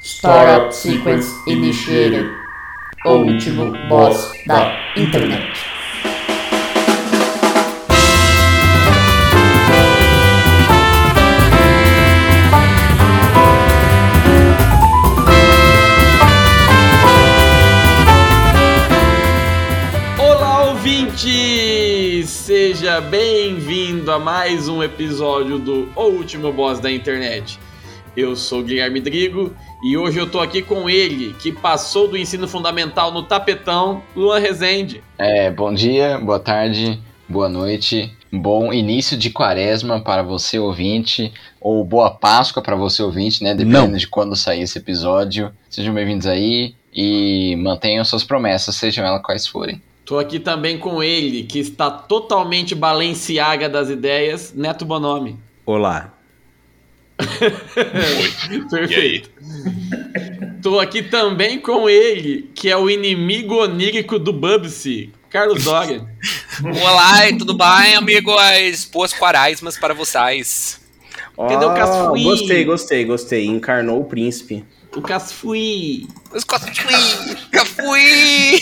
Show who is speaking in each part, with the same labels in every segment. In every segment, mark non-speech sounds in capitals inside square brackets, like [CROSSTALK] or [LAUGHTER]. Speaker 1: Startup Sequence Initiated, o último boss da internet.
Speaker 2: Olá, ouvinte! Seja bem-vindo a mais um episódio do O Último Boss da Internet. Eu sou o Guilherme Drigo e hoje eu tô aqui com ele, que passou do ensino fundamental no tapetão, Luan Rezende.
Speaker 3: É, bom dia, boa tarde, boa noite, bom início de quaresma para você ouvinte, ou boa Páscoa para você ouvinte, né? Dependendo de quando sair esse episódio. Sejam bem-vindos aí e mantenham suas promessas, sejam elas quais forem.
Speaker 2: Tô aqui também com ele, que está totalmente balenciaga das ideias, Neto Bonomi.
Speaker 4: Olá.
Speaker 2: Perfeito. Tô aqui também com ele, que é o inimigo onírico do Bubsy, Carlos Doria.
Speaker 5: Olá, e tudo bem, amigos? Boas quaresmas para vocês.
Speaker 2: Entendeu, Casfui?
Speaker 4: Ah, Gostei, gostei, gostei. Encarnou o príncipe.
Speaker 2: O Casfui.
Speaker 5: Os cosplay, cafui.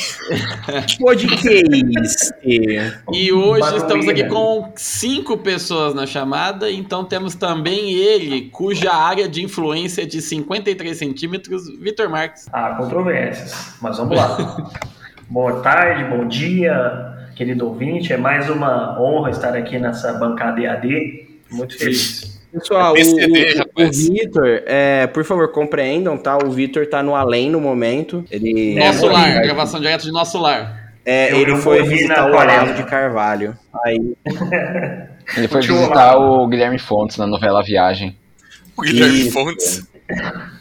Speaker 4: [LAUGHS] Podcast. É.
Speaker 2: E hoje
Speaker 4: Barulho,
Speaker 2: estamos aqui
Speaker 4: né?
Speaker 2: com cinco pessoas na chamada, então temos também ele, cuja área de influência é de 53 centímetros, Vitor Marques.
Speaker 6: Há controvérsias, mas vamos lá. Boa tarde, bom dia, querido ouvinte. É mais uma honra estar aqui nessa bancada EAD. Muito feliz.
Speaker 4: Pessoal, o,
Speaker 5: PCD,
Speaker 4: o- o,
Speaker 5: rapaz.
Speaker 4: Vitor, é, por favor, compreendam, tá? O Vitor tá no além no momento. Ele,
Speaker 2: Nosso
Speaker 6: é,
Speaker 2: lar,
Speaker 6: é.
Speaker 2: gravação direta de nosso lar.
Speaker 4: é,
Speaker 6: Eu-
Speaker 4: ele
Speaker 6: eu
Speaker 4: foi
Speaker 6: morri na
Speaker 4: visitar o
Speaker 6: quaresma.
Speaker 4: Arnaldo de Carvalho. Aí,
Speaker 3: Ele foi
Speaker 6: Continua.
Speaker 3: visitar o Guilherme Fontes na novela Viagem.
Speaker 5: O Guilherme
Speaker 4: Isso.
Speaker 5: Fontes.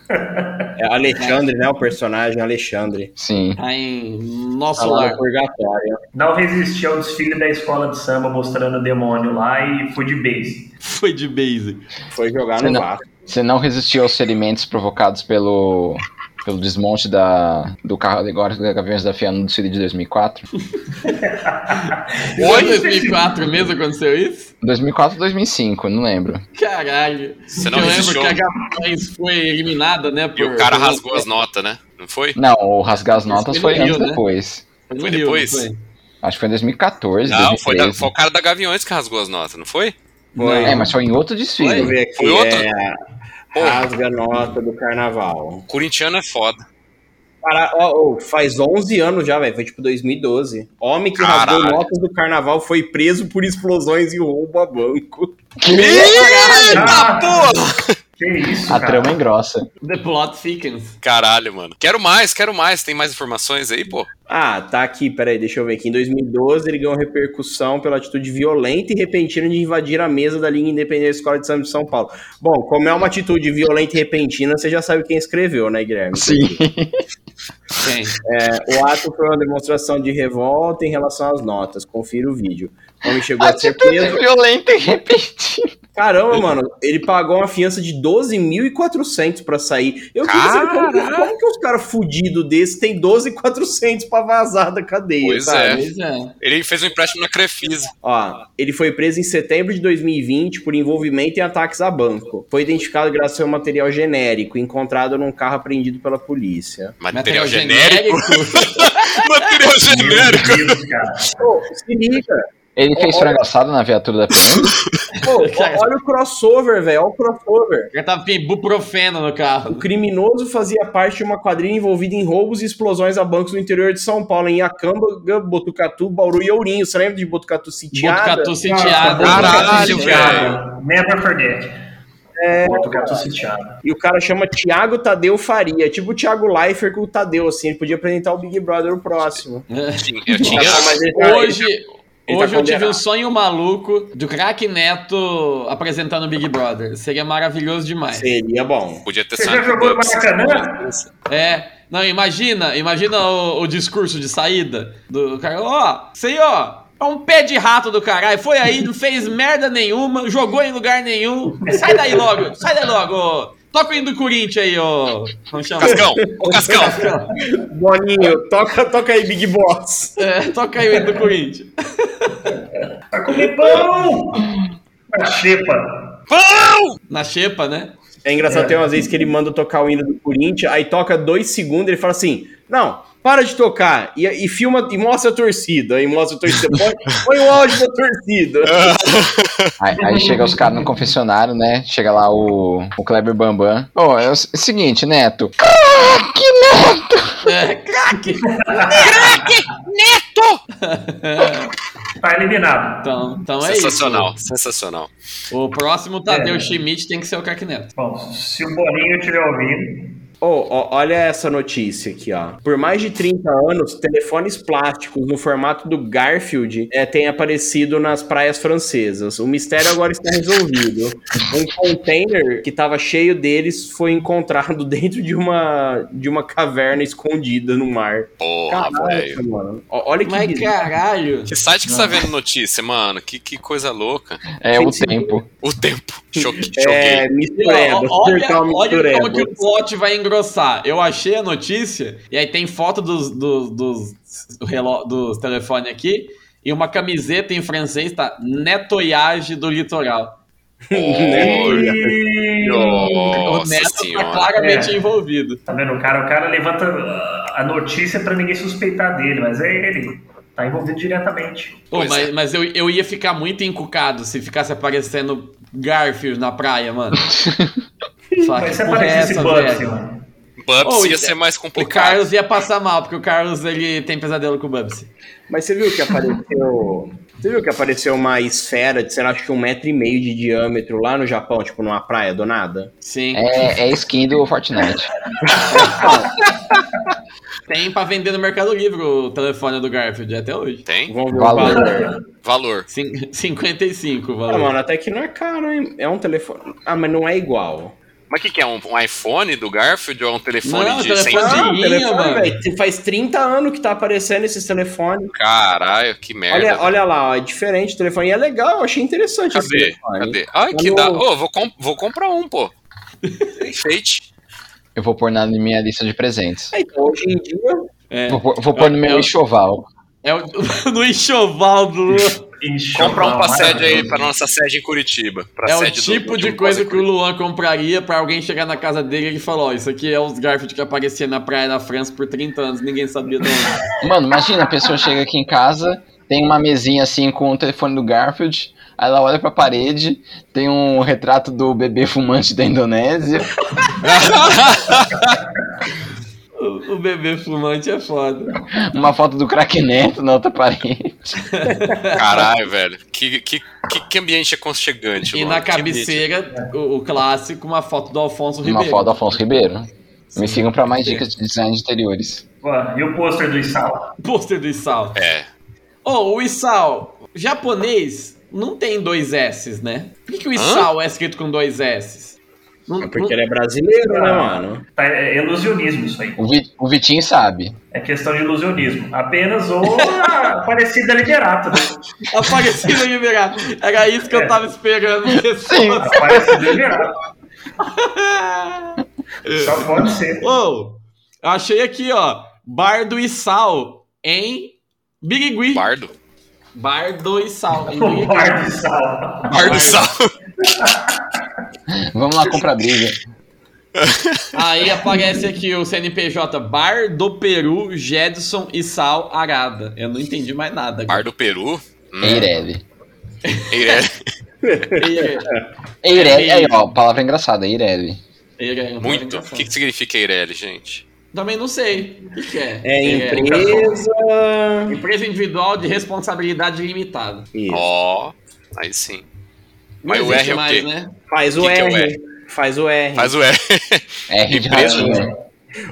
Speaker 4: é Alexandre, né? O personagem Alexandre.
Speaker 3: Sim.
Speaker 2: Tá em
Speaker 4: Tá
Speaker 2: nosso
Speaker 4: lá
Speaker 2: lar.
Speaker 4: no purgatório.
Speaker 6: Não resisti ao desfile da escola de samba mostrando o demônio lá e fui de base.
Speaker 2: Foi de base.
Speaker 4: Foi jogar
Speaker 3: Você
Speaker 4: no
Speaker 3: não-
Speaker 4: Vasco.
Speaker 3: Você não resistiu aos ferimentos provocados pelo, pelo desmonte da, do carro alegórico da Gaviões da Fiana no desfile de 2004?
Speaker 2: Foi em 2004 mesmo aconteceu isso?
Speaker 3: 2004 ou 2005, não lembro.
Speaker 2: Caralho.
Speaker 5: Você não
Speaker 2: eu lembro
Speaker 5: resistiu.
Speaker 2: que a Gabriela foi eliminada, né?
Speaker 5: E o cara rasgou as notas, né? Não foi?
Speaker 3: Não, o rasgar as notas
Speaker 2: Desfile
Speaker 3: foi
Speaker 2: no Rio,
Speaker 3: anos
Speaker 2: né?
Speaker 3: depois.
Speaker 2: Foi
Speaker 5: Foi
Speaker 2: depois.
Speaker 5: depois?
Speaker 3: Acho que foi em 2014,
Speaker 5: Não, foi, da-
Speaker 3: 2013.
Speaker 5: foi o cara da Gaviões que rasgou as notas, não foi?
Speaker 4: Foi.
Speaker 3: É, mas foi em outro
Speaker 4: Deixa eu
Speaker 3: desfile.
Speaker 4: ver aqui.
Speaker 5: Foi outro?
Speaker 4: é,
Speaker 5: Pô,
Speaker 4: rasga nota do carnaval.
Speaker 5: corintiano é foda.
Speaker 4: Cara, ó, ó, faz 11 anos já, velho. Foi tipo 2012. Homem que rasgou
Speaker 5: Caralho.
Speaker 4: notas do carnaval foi preso por explosões e roubo a banco.
Speaker 5: Eita
Speaker 6: Ah!
Speaker 5: porra!
Speaker 6: Que isso,
Speaker 3: A
Speaker 6: cara.
Speaker 3: trama é engrossa.
Speaker 2: The plot thickens.
Speaker 5: Caralho, mano. Quero mais, quero mais. Tem mais informações aí, pô?
Speaker 4: Ah, tá aqui, peraí, deixa eu ver aqui. Em 2012, ele ganhou repercussão pela atitude violenta e repentina de invadir a mesa da Liga Independente da Escola de Samba de São Paulo. Bom, como é uma atitude violenta e repentina, você já sabe quem escreveu, né, Guilherme?
Speaker 3: Sim.
Speaker 2: Tem.
Speaker 4: É, o ato foi uma demonstração de revolta em relação às notas. Confira o vídeo. O homem chegou a ser
Speaker 3: Atitude
Speaker 4: preso.
Speaker 3: violenta e repentina.
Speaker 4: Caramba, mano, ele pagou uma fiança de 12.400 pra sair. Eu queria saber como, como que os caras fudidos desse tem 12.400 pra vazar da cadeia,
Speaker 5: Pois
Speaker 4: sabe?
Speaker 5: É.
Speaker 2: Pois é.
Speaker 5: Ele fez um empréstimo na Crefisa.
Speaker 4: Ó, ele foi preso em setembro de 2020 por envolvimento em ataques a banco. Foi identificado graças a um material genérico encontrado num carro apreendido pela polícia.
Speaker 5: Material genérico. Material genérico.
Speaker 6: Meu Deus, cara.
Speaker 4: Pô, se liga.
Speaker 3: Ele fez frango assado na viatura da PM?
Speaker 4: Pô, [LAUGHS] ó- olha o crossover, velho. Olha o crossover.
Speaker 2: Eu tava com ibuprofeno no
Speaker 4: O
Speaker 2: carro.
Speaker 4: criminoso fazia parte de uma quadrilha envolvida em roubos e explosões a bancos no interior de São Paulo, em Acambanga, Botucatu, Bauru e Ourinho. Você lembra de Botucatu sitiada?
Speaker 2: Botucatu sitiada.
Speaker 5: Caralho, velho.
Speaker 6: Thiago, Never forget. É, Botucatu sitiado.
Speaker 4: E o cara chama Thiago Tadeu Faria. Tipo o Thiago Leifert com o Tadeu, assim. Ele podia apresentar o Big Brother o próximo.
Speaker 5: Eu
Speaker 4: Nossa,
Speaker 5: tinha...
Speaker 4: mas ele tá-
Speaker 2: Hoje,
Speaker 4: ele tá
Speaker 2: hoje eu tive
Speaker 4: condenado.
Speaker 2: um sonho maluco do craque Neto apresentando o Big Brother. Seria maravilhoso demais.
Speaker 4: Seria bom.
Speaker 5: Podia ter
Speaker 6: Você
Speaker 5: saído
Speaker 6: já jogou
Speaker 5: do-
Speaker 6: no Maracanã?
Speaker 2: É. Não, imagina, imagina o, o discurso de saída do cara. Ó, senhor, é um pé de rato do caralho. Foi aí, não fez merda nenhuma, jogou em lugar nenhum. Sai daí logo, sai daí logo. ô. Toca o hino do Corinthians aí, ô. Como chama?
Speaker 5: Cascão, ô Cascão.
Speaker 4: Boninho, toca, toca aí, Big Boss.
Speaker 2: É, toca aí o hino do Corinthians. [LAUGHS]
Speaker 6: Vai comer pão! A xepa.
Speaker 5: Pão!
Speaker 2: Na xepa, né?
Speaker 4: É engraçado, tem umas vezes que ele manda tocar o hino do Corinthians, aí toca dois segundos, ele fala assim, não, para de tocar, e, e filma, e mostra a torcida, aí mostra a torcida, põe, põe o áudio da torcida.
Speaker 3: Aí, aí chega os caras no confessionário, né? Chega lá o, o Kleber Bambam. Ô, é o s- seguinte, Neto. Ah, que Neto!
Speaker 2: É.
Speaker 5: Craque! Neto!
Speaker 6: Tá eliminado.
Speaker 2: Então, então é
Speaker 5: Sensacional,
Speaker 2: isso.
Speaker 5: sensacional.
Speaker 2: O próximo Tadeu
Speaker 6: É.
Speaker 2: Schmidt tem que ser o Crack Neto.
Speaker 6: Bom, se o Boninho estiver ouvindo,
Speaker 4: Ô, ó, olha essa notícia aqui, ó. Por mais de 30 anos, telefones plásticos no formato do Garfield eh, têm aparecido nas praias francesas. O mistério agora está resolvido. Um container que estava cheio deles foi encontrado [LAUGHS] dentro de uma, de uma caverna escondida no mar.
Speaker 5: Porra, velho.
Speaker 4: Caraca, mano. Ó, Olha que
Speaker 2: Mas
Speaker 4: bizarro.
Speaker 2: caralho.
Speaker 5: Que site que você tá vendo notícia, mano? Que, que coisa louca.
Speaker 3: É
Speaker 4: Sim,
Speaker 3: o
Speaker 4: sim.
Speaker 3: tempo.
Speaker 2: [LAUGHS]
Speaker 5: O tempo. Choque, choquei.
Speaker 4: É, mistureba.
Speaker 2: Olha,
Speaker 4: cercar o
Speaker 2: olha
Speaker 4: mistureba.
Speaker 2: como que o plot vai engrossar. Eu achei a notícia, e aí tem foto dos, dos, dos, reló- dos telefones aqui, e uma camiseta em francês, tá? Netoyage do litoral.
Speaker 5: Olha.
Speaker 2: o
Speaker 5: Nossa
Speaker 2: Neto tá
Speaker 5: senhora.
Speaker 2: claramente
Speaker 6: É.
Speaker 2: envolvido.
Speaker 6: tá vendo o cara? O cara levanta ah, a notícia pra ninguém suspeitar dele, mas é ele. Tá envolvido diretamente.
Speaker 2: Pô,
Speaker 5: Pois
Speaker 2: mas
Speaker 5: é.
Speaker 2: mas eu, eu ia ficar muito encucado se ficasse aparecendo Garfield na praia,
Speaker 5: [LAUGHS]
Speaker 2: mano. Só
Speaker 6: Mas se
Speaker 2: que porra é
Speaker 6: aparecesse
Speaker 2: essa,
Speaker 6: Bubsy,
Speaker 2: velho?
Speaker 6: assim, mano.
Speaker 5: Bubs
Speaker 2: Oh,
Speaker 5: ia
Speaker 2: e-
Speaker 5: ser mais
Speaker 2: O
Speaker 5: complicado.
Speaker 2: Carlos ia passar mal, porque o Carlos ele tem pesadelo com o Bubsy.
Speaker 4: Mas você viu que apareceu. Você viu que apareceu uma esfera de, sei lá, acho que um metro e meio de diâmetro lá no Japão, tipo numa praia do nada?
Speaker 2: Sim.
Speaker 3: É, é skin do Fortnite.
Speaker 2: Tem pra vender no Mercado Livre o telefone do Garfield é até hoje.
Speaker 5: Tem?
Speaker 4: Vamos ver
Speaker 3: Valor.
Speaker 4: o valor.
Speaker 5: Valor.
Speaker 2: Cin- [LAUGHS] 55, o
Speaker 4: Ah,
Speaker 2: valor.
Speaker 4: mano, até que não é caro, hein? É um telefone. Ah, mas não é igual.
Speaker 5: Mas o que, que é? Um, um iPhone do Garfield ou é um telefone
Speaker 2: Não,
Speaker 5: de
Speaker 2: telefone
Speaker 5: sem fio?
Speaker 2: de-
Speaker 4: Não,
Speaker 2: Sim, mano.
Speaker 4: telefone, velho. Faz 30 anos que tá aparecendo esses telefones.
Speaker 5: Caralho, que merda.
Speaker 4: Olha, olha lá, ó, é diferente o telefone. E é legal, eu achei interessante esse
Speaker 5: Cadê?
Speaker 4: telefone.
Speaker 5: Cadê? Ai, que
Speaker 4: Valor.
Speaker 5: dá. Ô, vou, com- vou comprar um, pô. Enfeite.
Speaker 3: Eu vou pôr na minha lista de presentes.
Speaker 4: Ah, então, hoje em dia.
Speaker 2: É,
Speaker 3: Vou, pôr- vou pôr no meu
Speaker 2: Eu-
Speaker 3: enxoval.
Speaker 2: é o, [LAUGHS] no enxoval do
Speaker 5: Compra um pra sede aí, pra
Speaker 6: para
Speaker 5: nossa sede em Curitiba. Pra
Speaker 2: É o
Speaker 5: sede do- um
Speaker 2: tipo
Speaker 5: do
Speaker 2: de
Speaker 5: último
Speaker 2: coisa
Speaker 5: pós em
Speaker 2: que o Luan compraria pra alguém chegar na casa dele e ele falar: Ó, isso aqui é os Garfield que aparecia na praia da França por 30 anos, ninguém sabia de onde.
Speaker 3: Mano, imagina, a pessoa chega aqui em casa, tem uma mesinha assim com o telefone do Garfield, aí ela olha pra parede, tem um retrato do bebê fumante da Indonésia.
Speaker 2: [LAUGHS] o, o bebê fumante é foda.
Speaker 3: Uma foto do craque Neto na outra parede.
Speaker 5: Caralho, velho. Que, que, que, que ambiente aconchegante,
Speaker 2: E
Speaker 5: Luan.
Speaker 2: na
Speaker 5: Que ambiente.
Speaker 2: cabeceira, o, o clássico, uma foto do Alfonso
Speaker 3: Uma
Speaker 2: Ribeiro.
Speaker 3: foto do Afonso Ribeiro. Me sigam pra mais
Speaker 2: Ribeiro.
Speaker 3: dicas de design de interiores.
Speaker 6: E o pôster do Isal?
Speaker 2: Pôster do Isal.
Speaker 5: É.
Speaker 2: Ô, o Isal, japonês não tem dois S's, né? Por que, que o Isal é escrito com dois S's? Não,
Speaker 4: É Porque ele é brasileiro, né, mano?
Speaker 6: Tá, é ilusionismo isso aí.
Speaker 3: O, Vi- o Vitinho sabe.
Speaker 6: É questão de ilusionismo. Apenas ou a parecida liderato. Né?
Speaker 2: não- tá Aparecida liberada. Era isso que eu tava esperando.
Speaker 3: Sim.
Speaker 2: pessoal.
Speaker 6: A parecida é liderato. Só pode ser.
Speaker 2: Ô, achei aqui, ó. Bar do Isal em Birigui. Bar, [LAUGHS]
Speaker 5: Bardo.
Speaker 2: do Isal em
Speaker 6: O
Speaker 2: Birigui.
Speaker 6: [LAUGHS] bar de sal.
Speaker 5: Bardo Sal.
Speaker 3: Vamos lá comprar briga.
Speaker 2: Aí aparece aqui o CNPJ Bar do Peru, Jedson Isal Arada. Eu não entendi mais nada.
Speaker 5: Bardo Peru. Hum.
Speaker 3: É Eireli.
Speaker 2: [LAUGHS]
Speaker 5: Eireli.
Speaker 2: Ele-
Speaker 3: Eireli, aí, ó, palavra engraçada, Eireli.
Speaker 2: ele é uma
Speaker 5: Muito. O
Speaker 2: organização.
Speaker 5: que, que significa Eireli, gente?
Speaker 2: Também não sei. O que, que é?
Speaker 4: É
Speaker 2: Ele
Speaker 4: empresa.
Speaker 2: Empresa individual de responsabilidade limitada.
Speaker 4: Isso.
Speaker 5: Ó. aí sim. Mas o
Speaker 2: existe
Speaker 5: R é o quê?
Speaker 2: né?
Speaker 4: Faz o
Speaker 5: Que que é o
Speaker 4: R. Faz o R.
Speaker 5: Faz o R.
Speaker 3: R de
Speaker 5: Empresa,
Speaker 4: né?
Speaker 3: ratinho.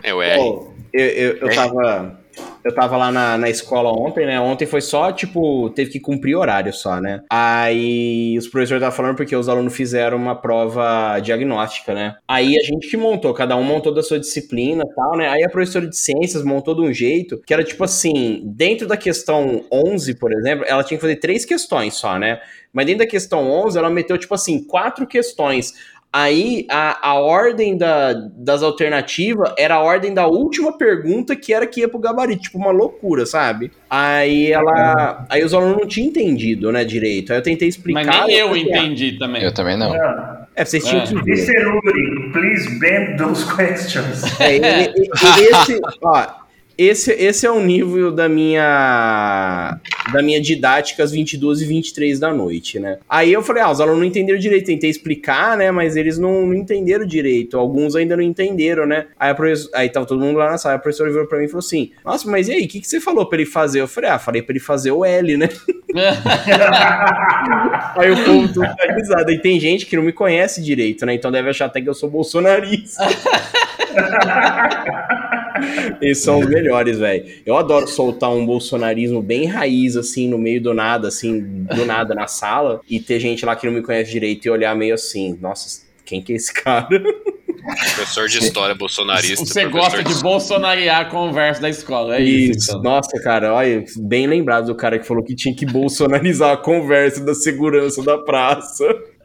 Speaker 5: É o R.
Speaker 4: Pô, eu, eu, eu
Speaker 5: R.
Speaker 4: tava. Eu tava lá na, na escola ontem, né? Ontem foi só, tipo, teve que cumprir horário só, né? Aí os professores estavam falando porque os alunos fizeram uma prova diagnóstica, né? Aí a gente que montou, cada um montou da sua disciplina e tal, né? Aí a professora de ciências montou de um jeito que era tipo assim, dentro da questão 11, por exemplo, ela tinha que fazer três questões só, né? Mas dentro da questão 11, ela meteu, tipo assim, quatro questões. Aí a, a ordem da, das alternativas era a ordem da última pergunta que era que ia pro gabarito, tipo uma loucura, sabe? Aí ela. Aí os alunos não tinham entendido, né, direito. Aí eu tentei explicar.
Speaker 2: Mas nem eu
Speaker 4: falei, assim,
Speaker 2: entendi também.
Speaker 3: Eu também não.
Speaker 6: Ah,
Speaker 4: É, vocês tinham
Speaker 2: É.
Speaker 4: que ver.
Speaker 6: Mr. Uri, please ban those questions.
Speaker 2: [LAUGHS]
Speaker 4: É, e- e- e esse, ó, esse, esse é o nível da minha da minha didática às 22 e 23 da noite, né? Aí eu falei, ah, os alunos não entenderam direito, tentei explicar, né? Mas eles não, não entenderam direito, alguns ainda não entenderam, né? Aí, a profess- aí tava todo mundo lá na sala, a professora virou pra mim e falou assim, nossa, mas e aí, o que, que você falou pra ele fazer? Eu falei, ah, falei pra ele fazer o L, né? Aí o povo todo atualizado. E tem gente que não me conhece direito, né? Então deve achar até que eu
Speaker 2: [LAUGHS]
Speaker 4: sou bolsonarista. Eles são os melhores, velho. Eu adoro soltar um bolsonarismo bem raiz, assim, no meio do nada, assim, do nada na sala, e ter gente lá que não me conhece direito e olhar meio assim, nossa, quem que é esse cara?
Speaker 5: Professor de história bolsonarista.
Speaker 2: Você
Speaker 5: professor
Speaker 2: gosta de bolsonariar a conversa da escola, é isso. então.
Speaker 4: Nossa, cara, olha, bem lembrado do cara que falou que tinha que bolsonarizar a conversa da segurança da praça.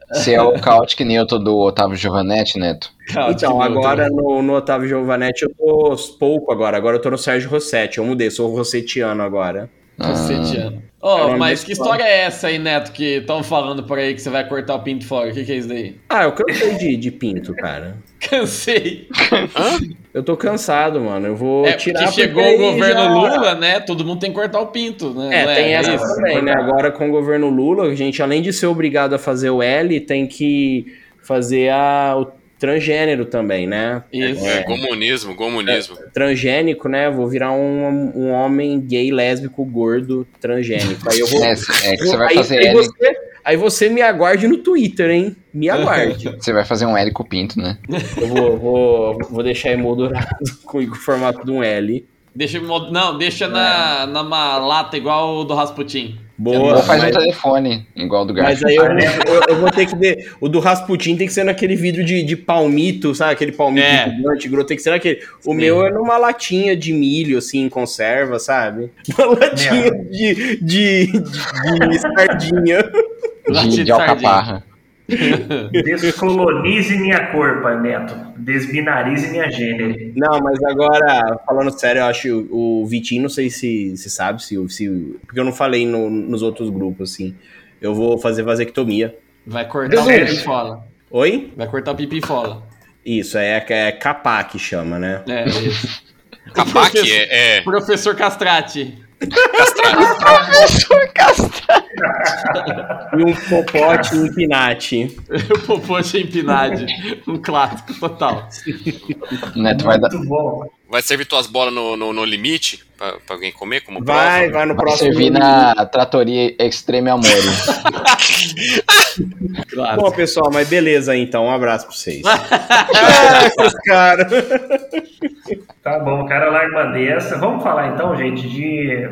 Speaker 3: Você é o caótico Newton do Otávio Giovanetti, Neto?
Speaker 2: Cara,
Speaker 4: Então,
Speaker 2: tipo,
Speaker 4: agora no, no Otávio Giovanetti eu tô pouco agora. Agora eu tô no Sérgio Rossetti. Eu mudei, sou rossetiano agora.
Speaker 3: Ah,
Speaker 2: Cacetiano. Ó,
Speaker 4: Era
Speaker 2: mas
Speaker 4: uma
Speaker 2: que
Speaker 4: escola.
Speaker 2: história é essa aí, Neto, que estão falando por aí que você vai cortar o pinto fora? O que, que é isso daí? [LAUGHS]
Speaker 4: Ah, eu cansei de, de pinto, cara.
Speaker 2: Cansei.
Speaker 4: Eu tô cansado, mano. Eu vou
Speaker 2: É,
Speaker 4: tirar
Speaker 2: porque chegou
Speaker 4: aí
Speaker 2: o governo
Speaker 4: já-
Speaker 2: Lula, né? Todo mundo tem que cortar o pinto, né?
Speaker 4: É,
Speaker 2: Não
Speaker 4: tem essa
Speaker 2: isso?
Speaker 4: também, né? Agora com o governo Lula, a gente, além de ser obrigado a fazer o L, tem que fazer a- o transgênero também, né?
Speaker 2: Isso.
Speaker 5: É, comunismo, comunismo.
Speaker 2: É.
Speaker 4: Transgênico, né? Vou virar um, um homem gay, lésbico, gordo, transgênico. Aí eu vou
Speaker 3: é, é que você vai
Speaker 4: aí,
Speaker 3: fazer
Speaker 4: aí
Speaker 3: L,
Speaker 4: você, aí você me aguarde no Twitter, hein?
Speaker 3: [LAUGHS]
Speaker 4: Me aguarde.
Speaker 3: você vai fazer um L com o pinto, né?
Speaker 4: eu vou, vou, vou deixar emoldurado [LAUGHS] com o formato de um L.
Speaker 2: Deixa, mo- não, deixa na,
Speaker 4: É.
Speaker 2: numa lata igual o do Rasputin.
Speaker 3: Ou
Speaker 4: Boa.
Speaker 3: faz um
Speaker 4: mas,
Speaker 3: telefone, igual do
Speaker 4: mas
Speaker 3: Garfield.
Speaker 4: aí eu, eu, eu vou ter que ter. O do Rasputin tem que ser naquele vidro de, de palmito, sabe? Aquele palmito
Speaker 2: É.
Speaker 4: gigante, grosso. Tem que ser naquele. O meu é numa latinha de milho, assim, em conserva, sabe? [LAUGHS] Uma latinha de, de, de, de sardinha.
Speaker 3: de, de
Speaker 2: Latinha de
Speaker 3: alcaparra.
Speaker 6: Descolonize minha corpa, Neto. Desbinarize minha gênero.
Speaker 4: Não, mas agora, falando sério, eu acho que o o Vitinho, não sei se se sabe, se, se- porque eu não falei no- nos outros grupos, assim. Eu vou fazer vasectomia.
Speaker 2: Vai cortar o
Speaker 6: Jesus.
Speaker 2: pipi fora.
Speaker 4: Oi?
Speaker 2: Vai cortar o pipi fora.
Speaker 4: Isso, é, é capá que
Speaker 2: [LAUGHS]
Speaker 4: chama, né?
Speaker 2: É, isso.
Speaker 5: Capaz que é, é.
Speaker 2: Professor Castrati. [LAUGHS]
Speaker 4: E um popote e um pinate.
Speaker 2: O popô sem pinade. Um clássico total.
Speaker 3: Neto Né? vai
Speaker 2: Tá.
Speaker 3: dar.
Speaker 6: Muito bom.
Speaker 5: Vai servir tuas bolas no, no, no limite pra, pra alguém comer como
Speaker 4: Vai,
Speaker 5: prova?
Speaker 4: vai no
Speaker 3: Vai
Speaker 4: próximo.
Speaker 3: servir na tratoria Extreme Amore.
Speaker 2: Claro.
Speaker 4: Bom, pessoal, mas beleza então. Um abraço
Speaker 3: [LAUGHS]
Speaker 4: pra vocês. Nossa, cara.
Speaker 6: Tá bom, o cara larga uma dessa. Vamos falar então, gente, de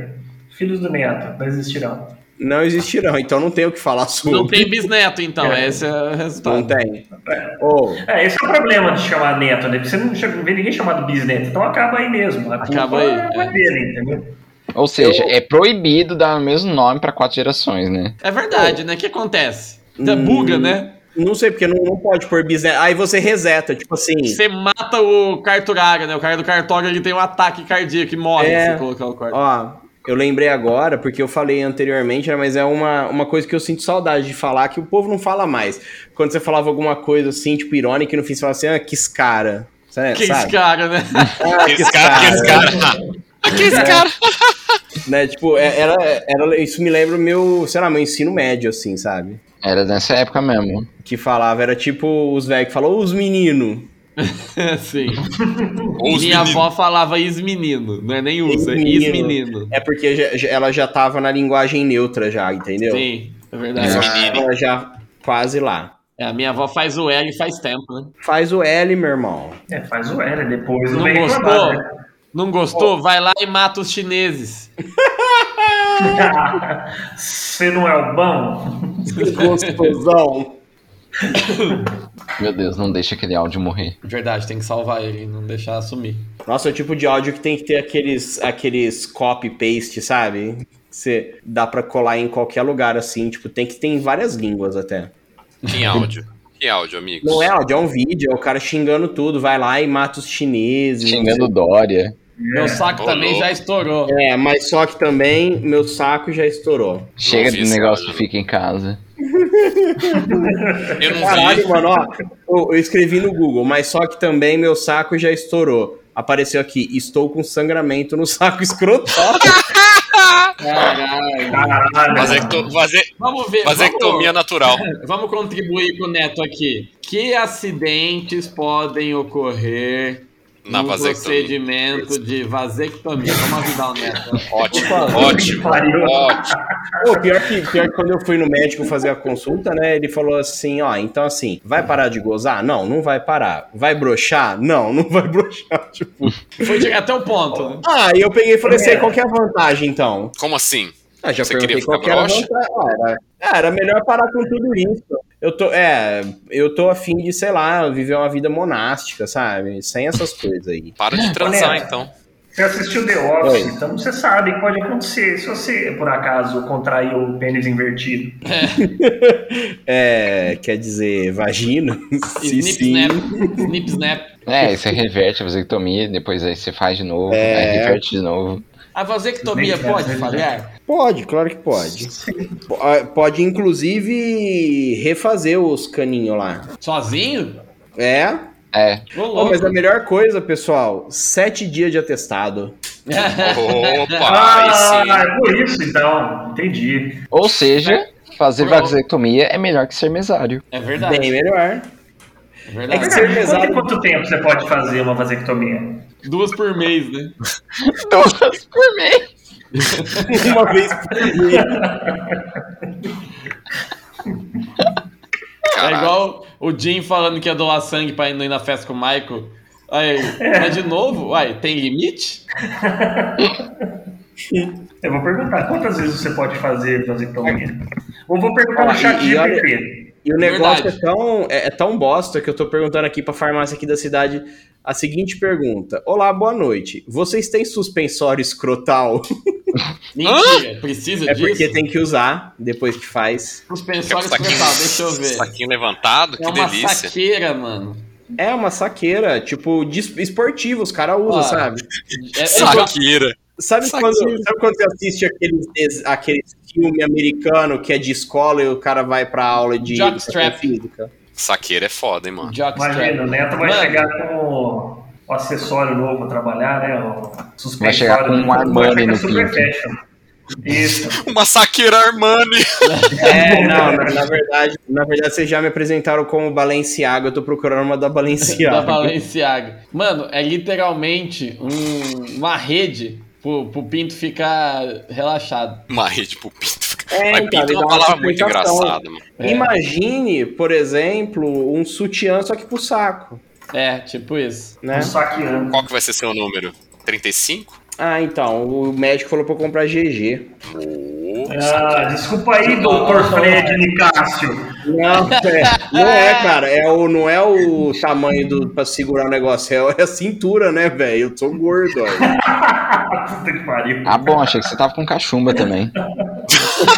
Speaker 6: Filhos do Neto, não existirão.
Speaker 4: Não existirão, então não tem o que falar sobre.
Speaker 2: Não tem bisneto, então.
Speaker 6: É.
Speaker 2: Esse é o
Speaker 4: Não
Speaker 2: resultado.
Speaker 4: tem. Ô,
Speaker 6: É, esse é o problema de chamar Neto, né? Porque você não chama- vê ninguém chamado bisneto, então acaba aí mesmo. A culpa
Speaker 2: Acaba aí,
Speaker 6: É
Speaker 2: é.
Speaker 6: dele, entendeu?
Speaker 3: Ou seja, é proibido dar o mesmo nome pra quatro gerações, né?
Speaker 2: É verdade, né? O que acontece? Você buga, né?
Speaker 4: não sei, porque não, não pode pôr bisneto. Aí você reseta, tipo assim.
Speaker 2: Você mata o carturário, né? O cara do cartório ele tem um ataque cardíaco e morre
Speaker 4: É.
Speaker 2: se você colocar o quarto.
Speaker 4: Ó, eu lembrei agora, porque eu falei anteriormente, né, mas é uma, uma coisa que eu sinto saudade de falar, que o povo não fala mais. Quando você falava alguma coisa assim, tipo, irônica, e no fim você falava assim, ah, que cara. Sabe?
Speaker 2: Que esse
Speaker 4: sabe?
Speaker 2: cara, né? [LAUGHS]
Speaker 4: Ah,
Speaker 5: Que esse cara, que
Speaker 4: [LAUGHS]
Speaker 5: esse cara. Que esse cara.
Speaker 4: Né, tipo, é- era, era, isso me lembra o meu, sei lá, meu ensino médio, assim, sabe?
Speaker 3: Era nessa época mesmo.
Speaker 4: Que falava, era tipo os velhos que falavam, os meninos.
Speaker 2: Sim.
Speaker 5: Ou os
Speaker 2: Minha
Speaker 5: meninos.
Speaker 2: avó falava ex-menino, não é nem usa,
Speaker 4: Ex-menino.
Speaker 2: ex-menino.
Speaker 4: É porque já- já- ela já tava na linguagem neutra já, entendeu?
Speaker 2: Sim, é
Speaker 5: Esse
Speaker 2: verdade.
Speaker 5: menino.
Speaker 4: Ela já quase lá.
Speaker 2: É, a minha avó faz o L faz tempo, né?
Speaker 4: Faz o L, meu irmão.
Speaker 6: É, faz o L depois, não,
Speaker 2: Não
Speaker 6: vem
Speaker 2: gostou?
Speaker 6: reclamar. Né? [LAUGHS]
Speaker 2: Não gostou? Vai lá e mata os chineses.
Speaker 6: Você não é o bom?
Speaker 4: Que gostosão.
Speaker 3: Meu Deus, não deixa aquele áudio morrer.
Speaker 2: Verdade, tem que salvar ele, não deixar sumir.
Speaker 4: Nossa, é o tipo de áudio que tem que ter aqueles, aqueles copy-paste, sabe? Que você dá pra colar em qualquer lugar, assim. Tipo, tem que ter em várias línguas até.
Speaker 5: Que áudio. Que áudio, amigos?
Speaker 4: Não é áudio, é um vídeo, é o cara xingando tudo, vai lá e mata os chineses.
Speaker 3: Xingando Dória.
Speaker 2: Meu saco
Speaker 5: Ô,
Speaker 2: também
Speaker 5: louco.
Speaker 2: já estourou.
Speaker 4: É, mas só que também meu saco já estourou.
Speaker 3: Chega
Speaker 5: vi
Speaker 3: de
Speaker 5: esse
Speaker 3: negócio
Speaker 5: áudio,
Speaker 3: que
Speaker 5: não.
Speaker 3: fica em casa.
Speaker 5: Eu não vi.
Speaker 4: Caralho, mano, ó, eu, eu escrevi no Google, mas só que também meu saco já estourou. Apareceu aqui, estou com sangramento no saco [LAUGHS] escrotal.
Speaker 2: Caralho.
Speaker 6: Caralho.
Speaker 5: Vasecto- vase-
Speaker 2: Vamos ver.
Speaker 5: Vasectomia natural.
Speaker 2: Vamos, vamos contribuir com o Neto aqui. Que acidentes podem ocorrer
Speaker 5: Na
Speaker 2: no
Speaker 5: vasectomia.
Speaker 2: procedimento de vasectomia? Vamos ajudar o Neto.
Speaker 5: Ótimo,
Speaker 2: Opa.
Speaker 5: ótimo,
Speaker 6: Pariu.
Speaker 5: ótimo.
Speaker 4: Pô, pior, que, pior que quando eu fui no médico fazer a consulta, né? Ele falou assim: ó, então assim, vai parar de gozar? Não, não vai parar. Vai broxar? Não, [LAUGHS] não vai broxar. Tipo.
Speaker 2: Foi chegar até o ponto. né?
Speaker 4: Ah, e eu peguei e falei assim: qual que é a vantagem então?
Speaker 5: Como assim?
Speaker 4: Ah, já
Speaker 5: Você
Speaker 4: perguntei
Speaker 5: queria ficar
Speaker 4: qual que era a
Speaker 5: broxa?
Speaker 4: vantagem. Ah, era, ah, era melhor parar com tudo isso. Eu tô, é, eu tô afim de, sei lá, viver uma vida monástica, sabe? Sem essas coisas aí.
Speaker 5: Para de transar,
Speaker 6: Neto.
Speaker 2: [LAUGHS]
Speaker 5: então.
Speaker 6: Você assistiu The Office,
Speaker 4: Oi.
Speaker 6: então você sabe o que pode acontecer se você, por acaso, contrair o pênis invertido.
Speaker 4: É, quer dizer, vagina? [LAUGHS] Se
Speaker 2: Snip
Speaker 4: sim.
Speaker 5: né?
Speaker 2: snap. Snip snap.
Speaker 3: É, aí você reverte a vasectomia, depois aí você faz de novo,
Speaker 4: É.
Speaker 3: aí reverte de novo.
Speaker 2: A vasectomia
Speaker 6: Nem sabe,
Speaker 2: pode
Speaker 4: né?
Speaker 6: nem
Speaker 2: falhar?
Speaker 4: Pode, claro que pode. Po- ah, Pode, inclusive, refazer os caninhos lá.
Speaker 2: Sozinho?
Speaker 4: É?
Speaker 3: É,
Speaker 2: Ô,
Speaker 4: Ô,
Speaker 2: louco.
Speaker 4: mas a melhor coisa, pessoal, sete dias de atestado.
Speaker 2: Ah,
Speaker 4: é
Speaker 2: [LAUGHS]
Speaker 5: Opa, Ah, aí sim.
Speaker 6: é por isso então. Entendi.
Speaker 3: Ou seja, fazer
Speaker 2: Pronto.
Speaker 3: vasectomia é melhor que ser mesário.
Speaker 2: [LAUGHS] É verdade.
Speaker 4: Bem melhor.
Speaker 2: É verdade.
Speaker 4: É que Ser
Speaker 6: Quanto,
Speaker 4: pesado.
Speaker 6: em quanto tempo você pode fazer uma vasectomia?
Speaker 2: Duas por mês, né?
Speaker 3: Todas por mês.
Speaker 4: Uma vez por mês.
Speaker 2: É
Speaker 5: Caralho.
Speaker 2: igual o Jim falando que ia doar sangue pra ir não ir na festa com o Michael. Aí, mas de novo, uai, tem limite?
Speaker 6: Eu vou perguntar quantas vezes você pode fazer vasectomia. Ou vou perguntar
Speaker 4: Ó,
Speaker 6: no
Speaker 3: Ah,
Speaker 4: e-
Speaker 6: chat
Speaker 4: e
Speaker 6: GPT.
Speaker 4: E o negócio é
Speaker 2: Verdade.
Speaker 4: tão, é, é tão bosta que eu tô perguntando aqui pra farmácia aqui da cidade a seguinte pergunta. Olá, boa noite. Vocês têm suspensório escrotal?
Speaker 2: Mentira, precisa
Speaker 4: É
Speaker 2: disso?
Speaker 4: porque tem que usar depois que faz.
Speaker 5: Fica com
Speaker 2: Suspensório
Speaker 5: o saquinho-
Speaker 2: escrotal, deixa eu ver.
Speaker 5: Saquinho levantado,
Speaker 2: É
Speaker 5: que
Speaker 2: uma
Speaker 5: delícia.
Speaker 2: saqueira, mano.
Speaker 4: É uma saqueira, tipo, de es- esportiva, os caras usam,
Speaker 2: Ó.
Speaker 4: sabe?
Speaker 2: É, é igual-
Speaker 5: Saqueira.
Speaker 4: Sabe
Speaker 5: Saqueira.
Speaker 4: quando, sabe quando você assiste aqueles, des- aqueles filme americano que é de escola e o cara vai pra aula de
Speaker 2: Jockstrap.
Speaker 4: educação física?
Speaker 5: Saqueira é foda, hein, mano.
Speaker 2: Jockstrap.
Speaker 6: Imagina, o Neto vai
Speaker 2: Mano.
Speaker 6: chegar com o acessório novo pra trabalhar, né? O suspensório.
Speaker 3: Vai chegar com um
Speaker 6: Vai
Speaker 3: Armani
Speaker 6: chegar
Speaker 3: no
Speaker 6: super
Speaker 3: pinto.
Speaker 6: fashion. Isso.
Speaker 5: Uma saqueira Armani. [LAUGHS]
Speaker 4: É, não, na, na verdade, na verdade vocês já me apresentaram como Balenciaga, eu tô procurando uma da
Speaker 2: da
Speaker 5: [LAUGHS]
Speaker 4: Balenciaga.
Speaker 2: Balenciaga. Mano, é literalmente um- uma rede pro, pro pinto ficar relaxado.
Speaker 5: Uma rede pro pinto.
Speaker 4: É,
Speaker 5: Mas
Speaker 4: então,
Speaker 5: pinto é
Speaker 4: ele dá
Speaker 5: uma
Speaker 4: uma
Speaker 5: palavra muito
Speaker 4: explicação.
Speaker 5: engraçada, mano.
Speaker 2: É.
Speaker 4: Imagine, por exemplo, um sutiã só que pro saco,
Speaker 2: É, tipo isso.
Speaker 4: né?
Speaker 6: Saqueando.
Speaker 5: Qual que vai ser seu número? 35?
Speaker 4: Ah, então, o médico falou pra eu comprar GG.
Speaker 6: Ah, desculpa aí, doutor Fred Nicásio.
Speaker 4: Não, é, não é, cara, é o, não é o tamanho do, pra segurar o negócio, é, a cintura, né, velho? Eu sou gordo,
Speaker 2: É
Speaker 4: ó.
Speaker 6: Puta que pariu.
Speaker 3: Ah, bom, achei que você tava com cachumba também.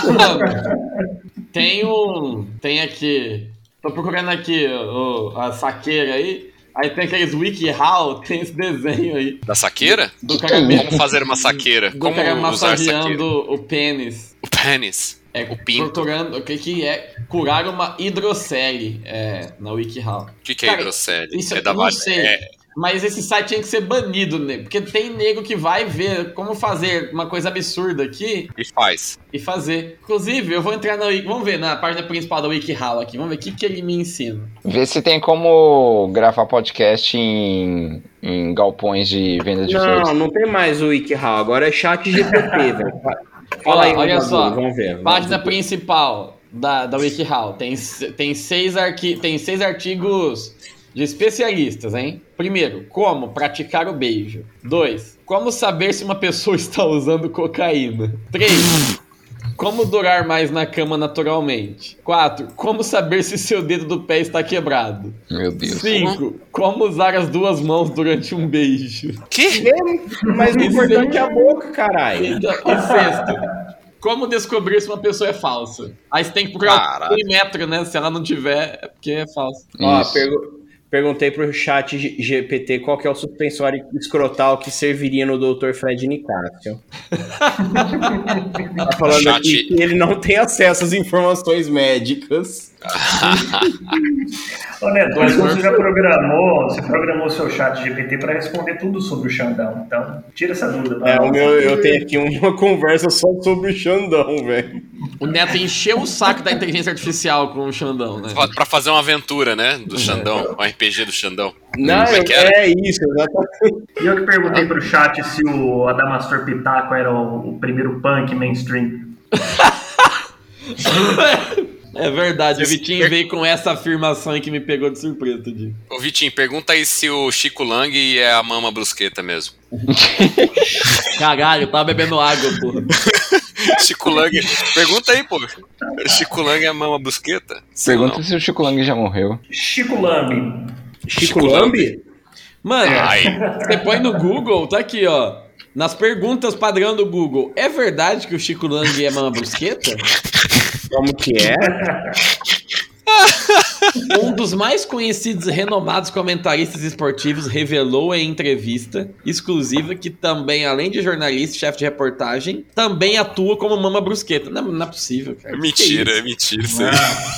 Speaker 2: Mano, tem um. Tem aqui. Tô procurando aqui ó, ó, a saqueira aí. Aí tem aqueles WikiHow, tem esse desenho aí.
Speaker 5: Da saqueira?
Speaker 2: Do cara, me-
Speaker 5: Como fazer uma saqueira?
Speaker 2: do
Speaker 5: Como
Speaker 2: cara
Speaker 5: usar saqueira?
Speaker 2: massageando o pênis.
Speaker 5: O pênis.
Speaker 2: É,
Speaker 5: O pinto.
Speaker 2: Procurando o que, que é curar uma hidrocele é, na WikiHow.
Speaker 5: O que, que é
Speaker 2: Cara,
Speaker 5: hidrocele?
Speaker 2: Isso
Speaker 5: é
Speaker 2: eu
Speaker 5: da
Speaker 2: não
Speaker 5: vagina.
Speaker 2: sei.
Speaker 5: É,
Speaker 2: Mas esse site tem que ser banido, né? Porque tem nego que vai ver como fazer uma coisa absurda aqui
Speaker 5: e faz.
Speaker 2: e fazer. Inclusive, eu vou entrar na Wiki. Vamos ver na página principal da WikiHow aqui. Vamos ver o que, que ele me ensina.
Speaker 3: Vê se tem como gravar podcast em, em galpões de venda de flores.
Speaker 4: Não, não tem mais o WikiHow, agora é chat GPT,
Speaker 2: [LAUGHS]
Speaker 4: velho. Fala aí,
Speaker 2: Olha
Speaker 4: Rodrigo,
Speaker 2: só.
Speaker 4: vamos ver.
Speaker 2: Página principal da, da WikiHow. Tem, se- tem, seis arqui, tem seis artigos de especialistas, hein? Primeiro, como praticar o beijo. Dois, como saber se uma pessoa [LAUGHS] está usando cocaína. Três, como durar mais na cama naturalmente. Quatro, como saber se seu dedo do pé está quebrado.
Speaker 3: Meu Deus.
Speaker 2: Cinco, como usar as duas mãos durante um beijo.
Speaker 5: Que?
Speaker 4: Vê, Mas o importante é a boca,
Speaker 2: Então, E
Speaker 4: caralho.
Speaker 2: sexto, Como descobrir se uma pessoa é falsa? Aí você tem que procurar o
Speaker 3: Caraca.
Speaker 2: perimetro, né? Se ela não tiver, é porque é falsa.
Speaker 4: Ó,
Speaker 3: Isso.
Speaker 4: pergu- perguntei pro chat G- GPT qual que é o suspensório escrotal que serviria no Dr.
Speaker 2: [LAUGHS]
Speaker 4: Fred Nicásio. tá falando
Speaker 5: Chat-
Speaker 4: aqui que ele não tem acesso às informações médicas.
Speaker 6: Ô, Neto, mas você já programou, você programou seu chat GPT para responder tudo sobre o Xandão. Então, tira essa dúvida. pra
Speaker 4: É, o
Speaker 6: nós.
Speaker 4: meu, eu tenho aqui uma [LAUGHS] conversa só sobre o Xandão, velho.
Speaker 2: O Neto encheu o saco da inteligência artificial com o Xandão, né?
Speaker 5: Pra fazer uma aventura, né?
Speaker 4: [LAUGHS]
Speaker 5: Do Xandão, um RPG do Xandão.
Speaker 4: Não,
Speaker 5: Como é que era?
Speaker 4: é isso, exatamente.
Speaker 6: E eu que perguntei pro chat se o Adamastor Pitaco era o, o primeiro punk mainstream.
Speaker 2: É verdade, o Vitinho veio com essa afirmação aí que me pegou de surpresa, Tudinho.
Speaker 5: Ô, Vitinho, pergunta aí se o Chico Lang é a mama brusqueta mesmo.
Speaker 2: Caralho, eu tava bebendo água, porra.
Speaker 5: Chico Lang. Pergunta aí, pô. Chico Lang é a mama brusqueta? Sim ou
Speaker 3: Pergunta se o Chico Lang já morreu.
Speaker 6: Chico Lambi.
Speaker 4: Chico Lambi?
Speaker 2: Mano,
Speaker 5: não? Ai,
Speaker 2: você põe no Google, tá aqui, ó. Nas perguntas padrão do Google, é verdade que o Chico Lang é mama brusqueta?
Speaker 4: Como que é?
Speaker 2: Um dos mais conhecidos e renomados comentaristas esportivos revelou em entrevista exclusiva que também, além de jornalista e chefe de reportagem, também atua como mama brusqueta. Não, não é possível, cara. Que
Speaker 5: mentira, é mentira. isso aí.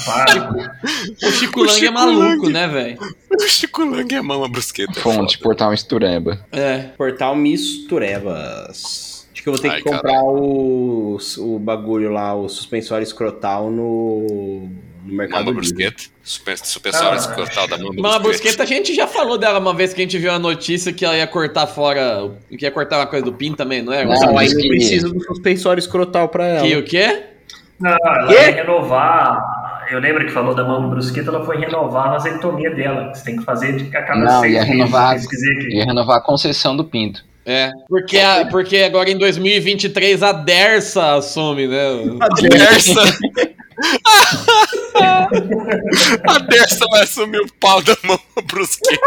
Speaker 6: Para.
Speaker 2: isso? O Chico
Speaker 5: O
Speaker 2: Lang é
Speaker 5: Chico
Speaker 2: maluco,
Speaker 5: Lang.
Speaker 2: né, velho?
Speaker 5: O [LAUGHS] Chico Lang é a mama brusqueta.
Speaker 3: Fonte, portal Estureba.
Speaker 2: É.
Speaker 4: Portal Misturebas. Acho que eu vou ter
Speaker 5: Ai,
Speaker 4: que comprar o, o bagulho lá, o suspensório escrotal no, no Mercado
Speaker 5: Mama
Speaker 4: Livre.
Speaker 5: brusqueta. Super, superstar
Speaker 6: Ah,
Speaker 5: escrotal da mama,
Speaker 2: Mama
Speaker 5: brusqueta.
Speaker 2: brusqueta, a gente já falou dela uma vez que a gente viu a notícia que ela ia cortar fora. Que ia cortar uma coisa do PIN também, não é?
Speaker 3: Não,
Speaker 4: Não,
Speaker 3: Sabe
Speaker 4: aí
Speaker 3: que-
Speaker 4: eu preciso do suspensório escrotal pra ela.
Speaker 2: Que o quê?
Speaker 6: Não, ela
Speaker 4: Quê?
Speaker 6: ia renovar. Eu lembro que falou da mama brusqueta, ela foi renovar a vasectomia dela. Você tem que fazer de- a cada
Speaker 3: Não,
Speaker 6: seis
Speaker 3: ia
Speaker 6: meses.
Speaker 3: renovar-
Speaker 6: Pesquisei aqui.
Speaker 3: Ia renovar a concessão do Pinto.
Speaker 2: É, porque, a- porque agora em 2023 a Dersa assume, né?
Speaker 5: Dersa. [LAUGHS] a Dersa vai assumir o pau da mama [LAUGHS] brusqueta.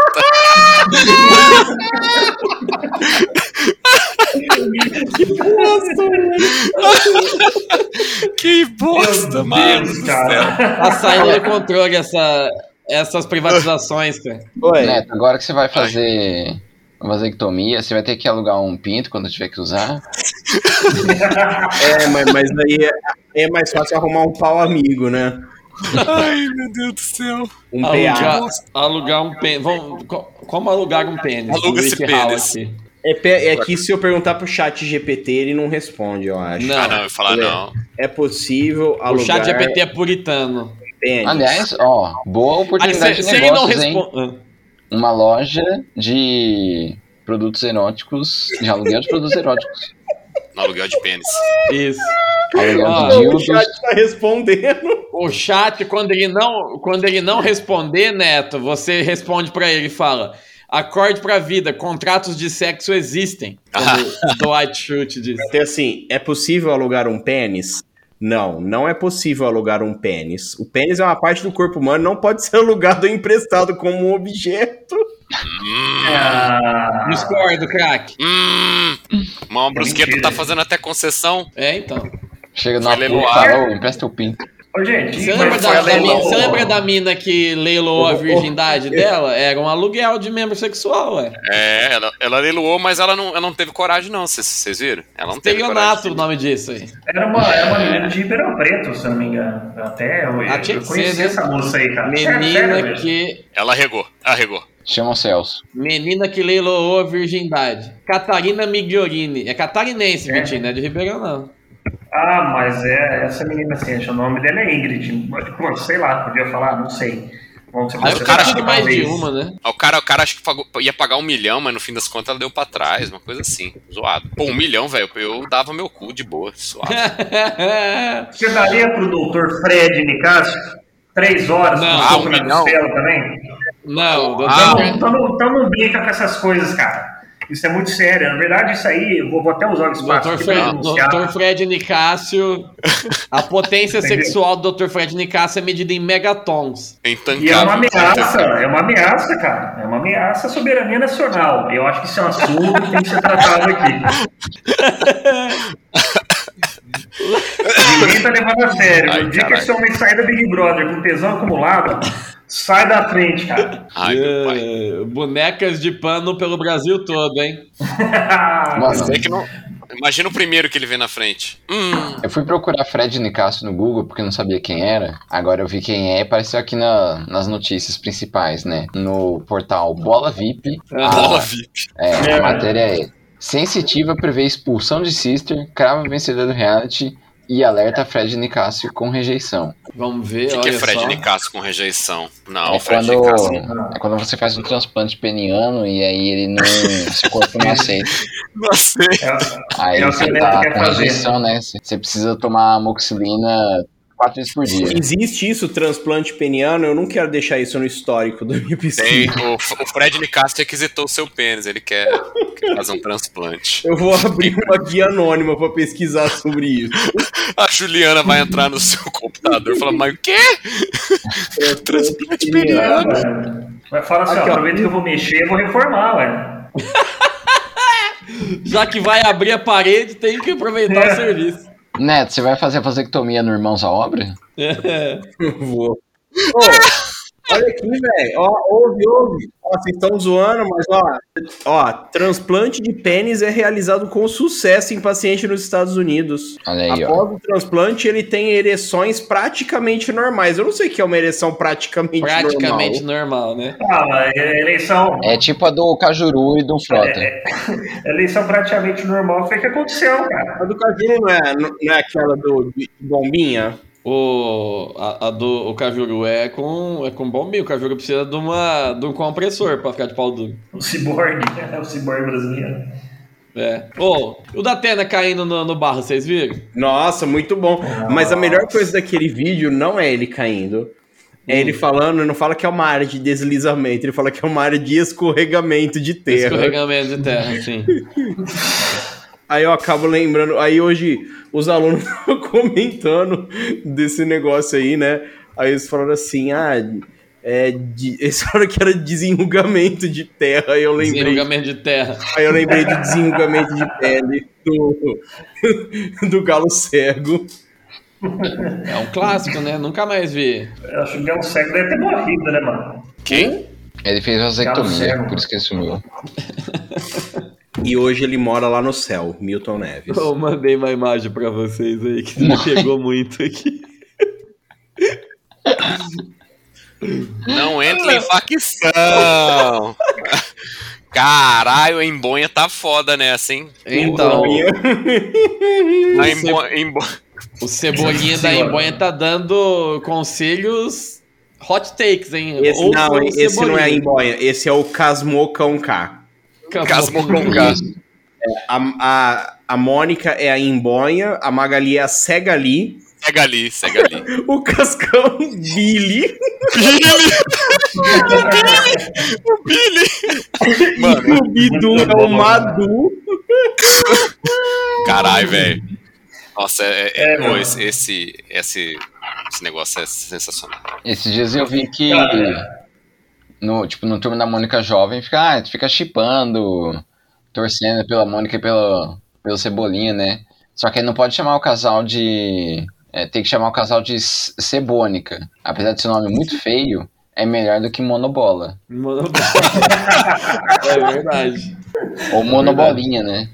Speaker 5: que bosta, mano. do céu.
Speaker 6: [LAUGHS]
Speaker 2: Tá saindo do controle essa, essas privatizações, cara.
Speaker 4: Ué,
Speaker 3: Neto, agora que você vai fazer uma vasectomia, você vai ter que alugar um pinto quando tiver que usar.
Speaker 4: é, mas, mas aí é, é mais fácil arrumar um pau amigo, né?
Speaker 5: Ai, meu Deus do céu.
Speaker 4: Um PA.
Speaker 2: Alugar, alugar um pênis. Vamos, co- como alugar um pênis?
Speaker 5: Aluga
Speaker 2: Do
Speaker 5: esse
Speaker 2: Wiki How
Speaker 5: pênis.
Speaker 2: aqui.
Speaker 4: É, pe- é que se eu perguntar pro chat GPT, ele não responde, eu acho.
Speaker 2: Não,
Speaker 5: Ah, não, eu ia falar não.
Speaker 4: É possível
Speaker 2: o
Speaker 4: alugar
Speaker 2: chat GPT é puritano.
Speaker 4: pênis.
Speaker 3: Aliás, ó, boa
Speaker 2: Aí
Speaker 3: oportunidade
Speaker 2: se,
Speaker 3: de
Speaker 2: se ele não
Speaker 3: negócios, hein?
Speaker 2: responde.
Speaker 3: Uma loja de produtos eróticos, de aluguel de produtos eróticos.
Speaker 5: No aluguel de pênis.
Speaker 2: [LAUGHS] Isso. [LAUGHS]
Speaker 3: Aluguel
Speaker 2: Ah,
Speaker 3: de
Speaker 4: o
Speaker 3: dildos.
Speaker 4: chat tá respondendo.
Speaker 2: O chat, quando ele não, quando ele não responder, Neto, você responde pra ele e fala: Acorde pra vida, contratos de sexo existem.
Speaker 5: Ah.
Speaker 2: Como Dwight Schrute diz.
Speaker 4: Então, assim, é possível alugar um pênis? Não, não é possível alugar um pênis. O pênis é uma parte do corpo humano, não pode [LAUGHS] ser alugado ou emprestado como um objeto.
Speaker 6: Ah,
Speaker 2: Discordo, craque.
Speaker 5: Hum, mama brusqueta tá fazendo até concessão.
Speaker 2: É, então.
Speaker 3: Chega numa
Speaker 5: Foi
Speaker 3: puta e
Speaker 5: leiloar.
Speaker 3: fala, "Ô, empresta o pinto.
Speaker 6: Ô, gente,
Speaker 2: Você
Speaker 6: mas
Speaker 2: lembra,
Speaker 6: foi
Speaker 2: da, da
Speaker 6: leilão.
Speaker 2: mina, você lembra da mina que leiloou a
Speaker 4: Eu vou-
Speaker 2: virgindade dela? Era um aluguel de membro sexual, ué.
Speaker 5: É, ela, ela leiloou, mas ela não, ela não teve coragem, não. Vocês- Vocês viram? Ela não teve coragem.
Speaker 2: Estelionato o nome disso aí.
Speaker 6: Era uma, era uma menina de Ribeirão Preto, se eu não me engano. Até eu,
Speaker 2: Ah, tinha
Speaker 6: eu
Speaker 2: que
Speaker 6: conheci
Speaker 2: ser, né?
Speaker 6: essa moça aí, cara. Sério, sério
Speaker 2: Menina
Speaker 6: mesmo.
Speaker 2: que.
Speaker 5: Ela regou, arregou.
Speaker 3: Chama o Celso.
Speaker 2: Menina que leiloou a virgindade. Catarina Migliorini. É catarinense,
Speaker 6: É.
Speaker 2: Vitinho, não é de Ribeirão, não.
Speaker 6: Ah, mas é essa menina assim, acho que o nome dela é Ingrid. Pô, sei lá, podia falar, não sei. Vamos
Speaker 2: Aí o cara
Speaker 5: acha
Speaker 2: tem
Speaker 5: que
Speaker 2: mais de uma, né? [LAUGHS]
Speaker 5: Ah, O cara, o cara acho que pagou- ia pagar um milhão, mas no fim das contas ela deu pra trás, uma coisa assim, zoado. Pô, um milhão, velho, eu dava meu cu de boa,
Speaker 2: [LAUGHS]
Speaker 5: suave.
Speaker 6: Você daria pro doutor Fred Nicásio três horas
Speaker 2: Não,
Speaker 6: com soco
Speaker 5: um
Speaker 6: na
Speaker 5: milhão.
Speaker 6: costela também?
Speaker 2: não, doutor.
Speaker 5: Ah,
Speaker 2: Fred-
Speaker 6: Então não, então não brinca com essas coisas, cara. Isso é muito sério. Na verdade, isso aí, eu vou, vou até usar o espaço
Speaker 2: Doutor
Speaker 6: aqui pra
Speaker 2: Fred,
Speaker 6: denunciar.
Speaker 2: Dr. Fred Nicásio. A potência sexual do Dr. Fred Nicásio é medida em megatons.
Speaker 5: Intancável.
Speaker 6: E é uma ameaça,
Speaker 5: intancável.
Speaker 6: é uma ameaça, cara. É uma ameaça à soberania nacional. Eu acho
Speaker 5: [LAUGHS]
Speaker 6: que isso é um assunto que tem que ser tratado aqui. Ninguém tá levando a sério.
Speaker 5: Ai,
Speaker 6: o dia que
Speaker 5: caralho.
Speaker 6: esse homem sair da Big Brother com tesão acumulado, sai da frente,
Speaker 5: [LAUGHS]
Speaker 6: cara.
Speaker 5: Ai, meu pai.
Speaker 2: Eh, bonecas de pano pelo Brasil todo, hein?
Speaker 6: Ah,
Speaker 3: Mano,
Speaker 5: Sei que não- Imagina o primeiro que ele vê na frente. Hum,
Speaker 3: eu fui procurar Fred Nicasso no Google porque eu não sabia quem era. Agora eu vi quem é e apareceu aqui na- nas notícias principais, né? No portal Bola VIP. a-
Speaker 5: Ah, bola VIP.
Speaker 3: Ah, É, a matéria é. Sensitiva prevê expulsão de Sister, crava vencedor do reality e alerta Fred Nicásio com rejeição.
Speaker 2: Vamos
Speaker 5: O
Speaker 2: ver,
Speaker 5: que,
Speaker 2: olha
Speaker 5: que é Fred
Speaker 2: só.
Speaker 5: Nicasso com rejeição? Não,
Speaker 3: é,
Speaker 5: Ah, Fred
Speaker 3: quando,
Speaker 5: Nicasso.
Speaker 3: é quando você faz um transplante peniano e aí ele
Speaker 5: [LAUGHS]
Speaker 3: não. seu corpo não aceita.
Speaker 5: Não sei.
Speaker 6: É,
Speaker 3: Aí
Speaker 6: É o que
Speaker 3: você
Speaker 6: o Neto
Speaker 3: tá
Speaker 6: quer
Speaker 3: com
Speaker 6: fazer.
Speaker 3: rejeição, né? Você você precisa tomar amoxilina quatro vezes por dia.
Speaker 4: Existe isso, transplante peniano? Eu não quero deixar isso no histórico da minha
Speaker 5: Tem,
Speaker 4: piscina.
Speaker 5: o, o Fred Nicasso requisitou o seu pênis. Ele quer, quer fazer um transplante.
Speaker 4: Eu vou [LAUGHS] abrir uma guia anônima pra pesquisar sobre isso.
Speaker 5: [LAUGHS] A Juliana vai entrar no seu computador e falar, mas o quê? Transplante peniano.
Speaker 6: mano. Vai falar assim,
Speaker 4: Aqui,
Speaker 6: ó,
Speaker 4: ó.
Speaker 6: aproveita que eu vou mexer, eu vou reformar, ué.
Speaker 2: [LAUGHS] Já que vai abrir a parede, tem que aproveitar
Speaker 6: É.
Speaker 2: o serviço.
Speaker 3: Neto, você vai fazer a vasectomia no Irmãos à Obra?
Speaker 2: É,
Speaker 4: [LAUGHS] Eu vou. Ô, olha aqui, velho. Ó, ouve, ouve. Ó, vocês estão zoando, mas ó, ó, transplante de pênis é realizado com sucesso em paciente nos Estados Unidos.
Speaker 3: Olha aí, ó.
Speaker 4: Após o transplante, ele tem ereções praticamente normais. Eu não sei o que é uma ereção praticamente,
Speaker 2: Praticamente
Speaker 4: normal.
Speaker 2: normal, né?
Speaker 6: Ah, mas é eleição,
Speaker 3: É tipo a do Cajuru
Speaker 6: É,
Speaker 3: e do Frota.
Speaker 6: eleição é, praticamente normal foi o que aconteceu, cara.
Speaker 4: A do Cajuru não é, não é aquela do de bombinha?
Speaker 2: O, a, a do o Cajuru é com, é com bombinho. O Cajuru precisa de, uma, de um compressor pra ficar de pau duro.
Speaker 6: O ciborgue, [LAUGHS] o ciborgue brasileiro.
Speaker 2: É. Ô, o da Atena caindo no, no barro, vocês viram?
Speaker 4: Nossa, muito bom. Mas a melhor coisa daquele vídeo não é ele caindo. É ele falando, ele não fala que é uma área de deslizamento, ele fala que é uma área de escorregamento de terra.
Speaker 2: Escorregamento de terra, [LAUGHS] sim.
Speaker 4: Aí eu acabo lembrando, aí hoje os alunos [LAUGHS] estavam comentando desse negócio aí, né? Aí eles falaram assim, ah, é, de- [LAUGHS] eles falaram que era desenrugamento de terra, aí eu lembrei.
Speaker 2: Escorregamento de terra.
Speaker 4: Aí eu lembrei do desenrugamento de pele do, [LAUGHS] do galo cego.
Speaker 2: É um clássico, né? Nunca mais vi.
Speaker 6: Eu acho que o Galo Cego deve ter morrido, né, mano?
Speaker 5: Quem?
Speaker 3: Ele fez
Speaker 6: Cajuru.
Speaker 3: vasectomia, por isso que ele sumiu.
Speaker 4: E hoje ele mora lá no céu, Milton Neves.
Speaker 2: Eu mandei uma imagem pra vocês aí
Speaker 5: [LAUGHS]
Speaker 2: que me pegou muito aqui.
Speaker 5: Não entra em facção. [LAUGHS] Caralho, a embonha tá foda nessa, hein?
Speaker 2: Então,
Speaker 5: A Embo-
Speaker 6: [LAUGHS]
Speaker 5: Embo-
Speaker 2: o Cebolinha da
Speaker 6: Senhora.
Speaker 2: Embonha tá dando conselhos hot takes, hein?
Speaker 4: [LAUGHS] Esse,
Speaker 2: Ouçam
Speaker 4: não,
Speaker 2: o
Speaker 4: esse não é a
Speaker 2: Cebolinha.
Speaker 4: Imbóia, esse é o Casmocão K.
Speaker 2: Acabou.
Speaker 5: Casmou com K.
Speaker 4: A, a, a Mônica é a Imbonha, a Magali é a Segali,
Speaker 5: Segue ali, segue ali.
Speaker 4: o Cascão Billy [LAUGHS]
Speaker 5: Mano,
Speaker 4: e o Bidu é o Madu.
Speaker 5: Caralho, velho. Nossa, é, é-
Speaker 6: É,
Speaker 5: ô,
Speaker 6: mano.
Speaker 5: esse, esse, esse, esse negócio é sensacional.
Speaker 3: Esses dias eu vi que.
Speaker 6: Cara.
Speaker 3: No, tipo, no turno da Mônica Jovem, fica, ah, tu fica chipando, torcendo pela Mônica e pelo, pelo Cebolinha, né? Só que aí não pode chamar o casal de. é, tem que chamar o casal de Ce- Cebônica. Apesar de ser um nome muito feio, é melhor do que Monobola.
Speaker 2: Mano,
Speaker 3: [LAUGHS]
Speaker 2: é verdade.
Speaker 3: Ou Monobolinha, né?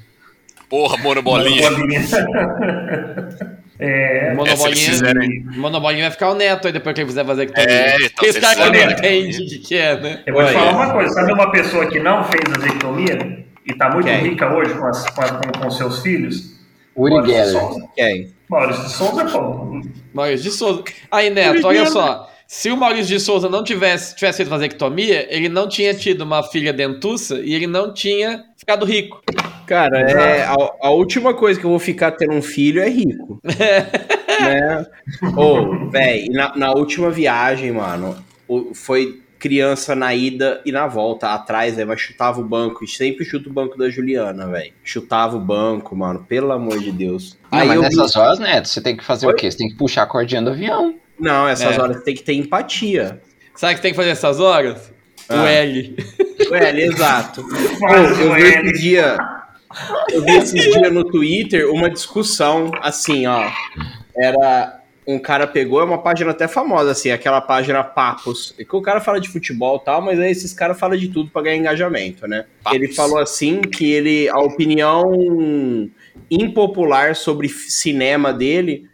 Speaker 5: Porra, monobolinha.
Speaker 6: Bolinha. [LAUGHS] é,
Speaker 5: se eles
Speaker 2: Monobolinha,
Speaker 5: fizerem-
Speaker 2: Monobolinha vai ficar o neto aí depois que ele fizer fazer que tá
Speaker 5: É, então,
Speaker 2: Esse
Speaker 5: se
Speaker 2: cara que
Speaker 5: eles
Speaker 2: não
Speaker 6: fizerem-
Speaker 2: entende o que, que é, né?
Speaker 6: eu vou te
Speaker 4: Olha.
Speaker 6: falar uma coisa, sabe uma pessoa que não fez vasectomia e tá muito
Speaker 4: Quem?
Speaker 6: rica hoje com, as- com, a- com- com seus filhos?
Speaker 3: Uri
Speaker 6: Maurício de
Speaker 3: Geller.
Speaker 6: Souza.
Speaker 4: Quem?
Speaker 6: Maurício de Souza, pô.
Speaker 2: Maurício de Souza. Aí, Neto, olha só. Se o Maurício de Souza não tivesse, tivesse feito vasectomia, ele não tinha tido uma filha dentuça e ele não tinha ficado rico. [LAUGHS]
Speaker 4: Cara, é, a, a última coisa que eu vou ficar tendo um filho é rico. né? Ô, véi, e na, na última viagem, mano, o- foi criança na ida e na volta, atrás, aí, mas chutava o banco, e sempre chuta o banco da Juliana, velho. Chutava o banco, mano, pelo amor de Deus.
Speaker 3: Não, mas
Speaker 4: eu vi-
Speaker 3: nessas horas, Neto, você tem que fazer
Speaker 4: Oi?
Speaker 3: o quê? Você tem que puxar a cordinha do avião.
Speaker 4: Não, essas
Speaker 2: É.
Speaker 4: horas tem que ter empatia.
Speaker 2: Sabe o que tem que fazer essas horas? O
Speaker 4: Ah.
Speaker 2: L.
Speaker 4: Velho, exato. Ô,
Speaker 6: Faz né?
Speaker 4: eu
Speaker 6: o
Speaker 4: vi esse
Speaker 6: L.
Speaker 4: dia. Eu vi esses dias no Twitter uma discussão assim, ó. Era um cara pegou, é uma página até famosa, assim, aquela página Papos, é que o cara fala de futebol e tal, mas aí esses caras falam de tudo pra ganhar engajamento, né?
Speaker 5: Papos.
Speaker 4: Ele falou assim que ele, a opinião impopular sobre f- cinema dele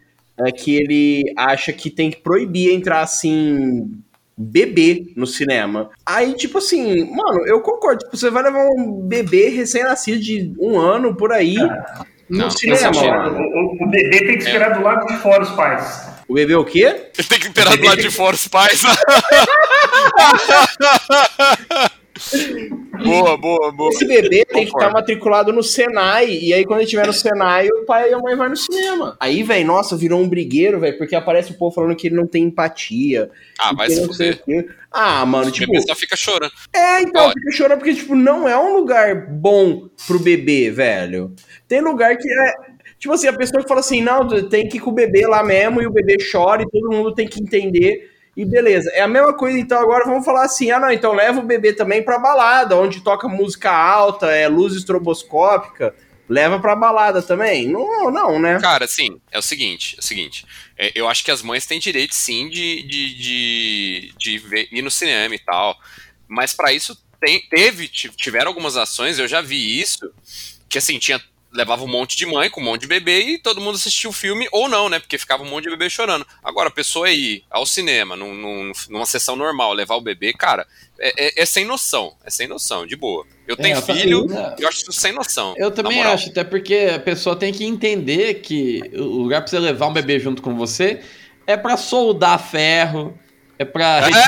Speaker 4: é que ele acha que tem que proibir entrar assim bebê no cinema. Aí, tipo assim, mano, eu concordo. Tipo, você vai levar um bebê recém-nascido de um ano por aí no
Speaker 5: Não, é
Speaker 4: cinema,
Speaker 5: não,
Speaker 6: Ó,
Speaker 4: mano.
Speaker 6: O, o bebê tem que esperar do lado de fora os pais.
Speaker 4: O bebê é o quê?
Speaker 5: Ele tem que esperar do lado
Speaker 6: [LAUGHS]
Speaker 5: de né? fora os pais. [LAUGHS] boa, boa, boa.
Speaker 4: Esse bebê tem que estar
Speaker 5: Concordo.
Speaker 4: matriculado no Senai. E aí, quando ele estiver no Senai, o pai e a mãe vai no cinema. Aí, velho, nossa, virou um brigueiro, velho, porque aparece o povo falando que ele não tem empatia.
Speaker 5: Ah,
Speaker 4: que
Speaker 5: vai se
Speaker 4: não sei
Speaker 5: fuder.
Speaker 4: o quê. Ah, mano,
Speaker 5: O
Speaker 4: tipo.
Speaker 5: bebê só fica chorando.
Speaker 4: É, então,
Speaker 5: Olha.
Speaker 4: fica chorando porque, tipo, não é um lugar bom pro bebê, velho. Tem lugar que é. Tipo assim, a pessoa que fala assim, não, tem que ir com o bebê lá mesmo e o bebê chora e todo mundo tem que entender. E beleza. É a mesma coisa, então agora vamos falar assim: ah, não, então leva o bebê também pra balada, onde toca música alta, é luz estroboscópica, leva pra balada também. Não, não, né?
Speaker 5: Cara, assim, é o seguinte, é o seguinte. É, eu acho que as mães têm direito, sim, de, de, de, de ver- ir no cinema e tal. Mas pra isso tem- teve, ti- tiveram algumas ações, eu já vi isso, que assim, tinha. Levava um monte de mãe com um monte de bebê e todo mundo assistia o filme, ou não, né? Porque ficava um monte de bebê chorando. Agora, a pessoa ir ao cinema, num- num- numa sessão normal, levar o bebê, cara, é, é- é sem noção. É sem noção, de boa. Eu tenho
Speaker 2: É, eu também-
Speaker 5: filho, eu acho isso sem noção.
Speaker 2: Eu
Speaker 5: na
Speaker 2: também
Speaker 5: moral.
Speaker 2: acho, até porque a pessoa tem que entender que o lugar pra você levar um bebê junto com você é pra soldar ferro, é pra reti-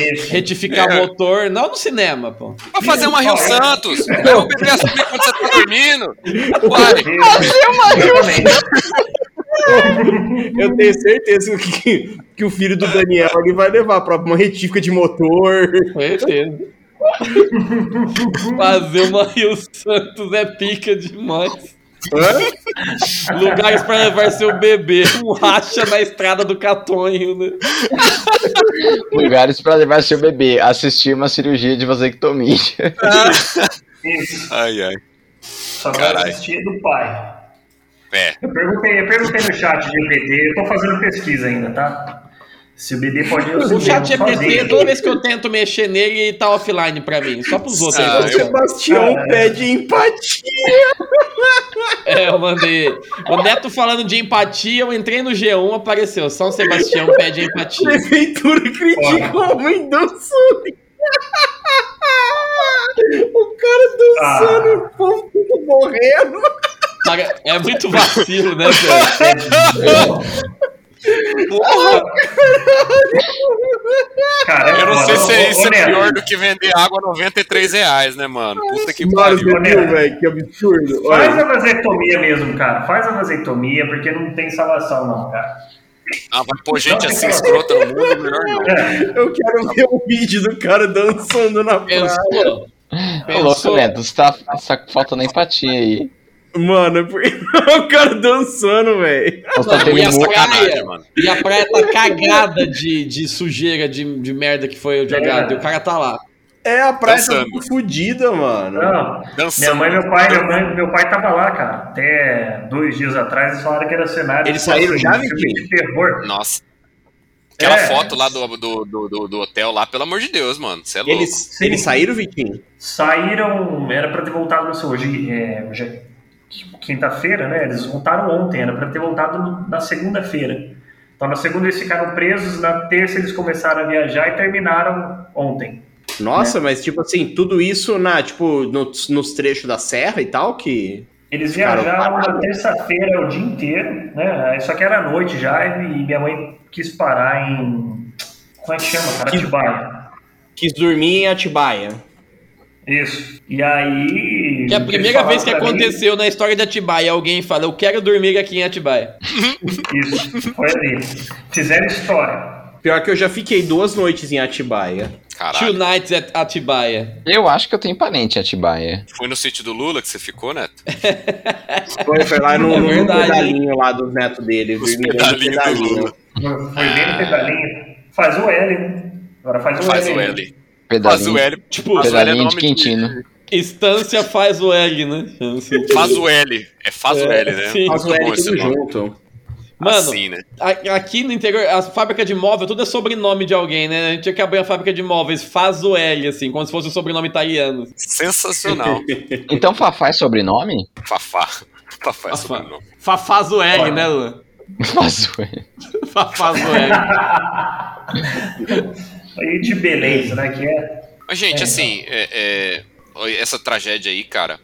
Speaker 6: Esse.
Speaker 2: retificar
Speaker 5: É.
Speaker 2: motor, não no cinema, pô.
Speaker 5: Pra fazer uma Rio Santos. Aí o bebê a subir quando você tá dormindo. Vai.
Speaker 6: Exatamente.
Speaker 4: Eu tenho certeza que, que o filho do Daniel ele vai levar pra uma retífica de motor.
Speaker 2: Certeza. Fazer uma Rio Santos é pica demais. Lugares pra levar seu bebê, um racha na estrada do Catonho, né?
Speaker 3: Lugares pra levar seu bebê, assistir uma cirurgia de vasectomia.
Speaker 6: Isso.
Speaker 5: Ai, ai.
Speaker 6: Só que
Speaker 5: Caralho.
Speaker 6: assistir do pai.
Speaker 5: É.
Speaker 6: Eu perguntei, eu perguntei no chat GPT, eu tô fazendo pesquisa ainda, tá? Se o bebê pode ir ao
Speaker 2: O
Speaker 6: cinema
Speaker 2: chat GPT,
Speaker 6: sozinho.
Speaker 2: toda vez que eu tento mexer nele, ele tá offline pra mim. Só pros outros. aí,
Speaker 5: Ah, eu-
Speaker 2: funciona.
Speaker 4: Sebastião
Speaker 6: Cara.
Speaker 4: pede um empatia. [LAUGHS]
Speaker 2: [LAUGHS] É, eu mandei. O Neto falando de empatia, eu entrei no G1, apareceu. São Sebastião pede empatia.
Speaker 4: Prefeitura critica o homem dançando. o
Speaker 2: tá
Speaker 6: Ah,
Speaker 4: cara dançando, o povo tudo morrendo.
Speaker 2: Cara, É muito vacilo, né, velho? né?
Speaker 6: [LAUGHS] Caramba,
Speaker 5: Eu não sei se
Speaker 6: ô,
Speaker 5: é isso
Speaker 6: ô,
Speaker 5: é
Speaker 6: Neto,
Speaker 5: pior do que vender água a 93 reais, né, mano? Puta que
Speaker 4: Mano,
Speaker 5: pariu.
Speaker 4: você viu, velho? Que absurdo.
Speaker 6: Faz a
Speaker 4: Olha,
Speaker 6: vasectomia mesmo, cara. Faz a vasectomia, porque não tem salvação, não, cara.
Speaker 5: Ah, vai pôr gente assim escrota no mundo, melhor não.
Speaker 6: É,
Speaker 4: eu quero ver o vídeo do cara dançando na praia.
Speaker 2: Pensou?
Speaker 3: Ô, louco,
Speaker 2: Pensou?
Speaker 3: Neto, você tá, tá faltando empatia aí.
Speaker 4: Mano, é por- [LAUGHS] o cara dançando, velho.
Speaker 3: Você tá
Speaker 5: Não,
Speaker 3: tendo
Speaker 5: e a
Speaker 3: muito...
Speaker 5: sacanagem, mano.
Speaker 2: E a praia tá cagada de, de sujeira, de, de merda que foi jogada. E o cara tá lá.
Speaker 4: É, a praia tá
Speaker 5: Dançando.
Speaker 4: muito fodida, mano.
Speaker 6: não. Minha
Speaker 5: Dançando.
Speaker 6: mãe, meu pai, minha mãe, meu pai tava lá, cara. Até dois dias atrás eles falaram que era cenário.
Speaker 4: Eles saíram já,
Speaker 6: de filme
Speaker 4: Vitinho?
Speaker 6: de terror.
Speaker 5: Nossa. Aquela
Speaker 6: É.
Speaker 5: foto lá do, do, do, do- do hotel lá, pelo amor de Deus, mano. Você é louco.
Speaker 4: Eles, eles saíram, Vitinho?
Speaker 6: Saíram, era pra ter voltado no seu hoje, é, hoje é quinta-feira, né? Eles voltaram ontem, era pra ter voltado no- na segunda-feira. Então na segunda eles ficaram presos, na terça eles começaram a viajar e terminaram ontem.
Speaker 4: Nossa, mas tipo assim, tudo isso na, tipo, no- nos trechos da serra e tal, que.
Speaker 6: Eles
Speaker 4: Ficaram
Speaker 6: viajaram na
Speaker 4: parados?
Speaker 6: terça-feira o dia inteiro, né? Aí Só que era noite já e minha mãe quis parar em. Como é que chama, cara?
Speaker 4: Que-
Speaker 6: Atibaia.
Speaker 4: Quis dormir em Atibaia.
Speaker 6: Isso. E aí.
Speaker 2: Que é a
Speaker 6: eles
Speaker 2: primeira
Speaker 6: falaram
Speaker 2: vez que
Speaker 6: pra mim-
Speaker 2: aconteceu na história de Atibaia, alguém fala, eu quero dormir aqui em Atibaia.
Speaker 6: Isso, foi ali. Fizeram história.
Speaker 4: Pior que eu já fiquei duas noites em Atibaia.
Speaker 2: Two
Speaker 5: Caralho.
Speaker 2: nights at Atibaia.
Speaker 3: Eu acho que eu tenho parente em Atibaia.
Speaker 5: Foi no sítio do Lula que você ficou, Neto?
Speaker 4: Foi, foi lá no,
Speaker 2: É
Speaker 4: no
Speaker 2: verdade,
Speaker 4: pedalinho lá do neto dele.
Speaker 5: Os
Speaker 4: dormindo no
Speaker 5: pedalinhos do Lula.
Speaker 6: Foi bem no pedalinho. Faz o L, né? Agora faz o
Speaker 5: Ah. Faz
Speaker 6: L.
Speaker 5: o
Speaker 6: né?
Speaker 5: L. Faz o
Speaker 3: Pedalinho,
Speaker 5: L. Tipo,
Speaker 3: pedalinho de Quintino.
Speaker 2: Instância faz o L, né?
Speaker 5: Faz o L. É faz o
Speaker 2: É,
Speaker 5: L, né?
Speaker 2: sim.
Speaker 4: Faz
Speaker 5: Muito
Speaker 4: o
Speaker 5: bom
Speaker 4: L
Speaker 5: esse
Speaker 4: tudo
Speaker 5: nome.
Speaker 4: junto.
Speaker 2: Mano,
Speaker 5: Assim, né?
Speaker 2: a- aqui no interior, a fábrica de móvel, tudo é sobrenome de alguém, né? A gente tinha que abrir a fábrica de móveis, faz o L, assim, como se fosse um sobrenome italiano.
Speaker 5: Sensacional.
Speaker 3: Então Fafá é sobrenome? [LAUGHS]
Speaker 5: Fafá. [LAUGHS] Fafá é
Speaker 2: Fafá.
Speaker 5: sobrenome.
Speaker 2: Fa- Faz o L,
Speaker 6: Olha.
Speaker 2: né, Luan? [LAUGHS]
Speaker 3: Faz o L.
Speaker 2: Fa- Faz o L.
Speaker 6: Aí de beleza, né? Que é.
Speaker 5: Mas, gente,
Speaker 6: É,
Speaker 5: assim, é- é, essa tragédia aí, cara,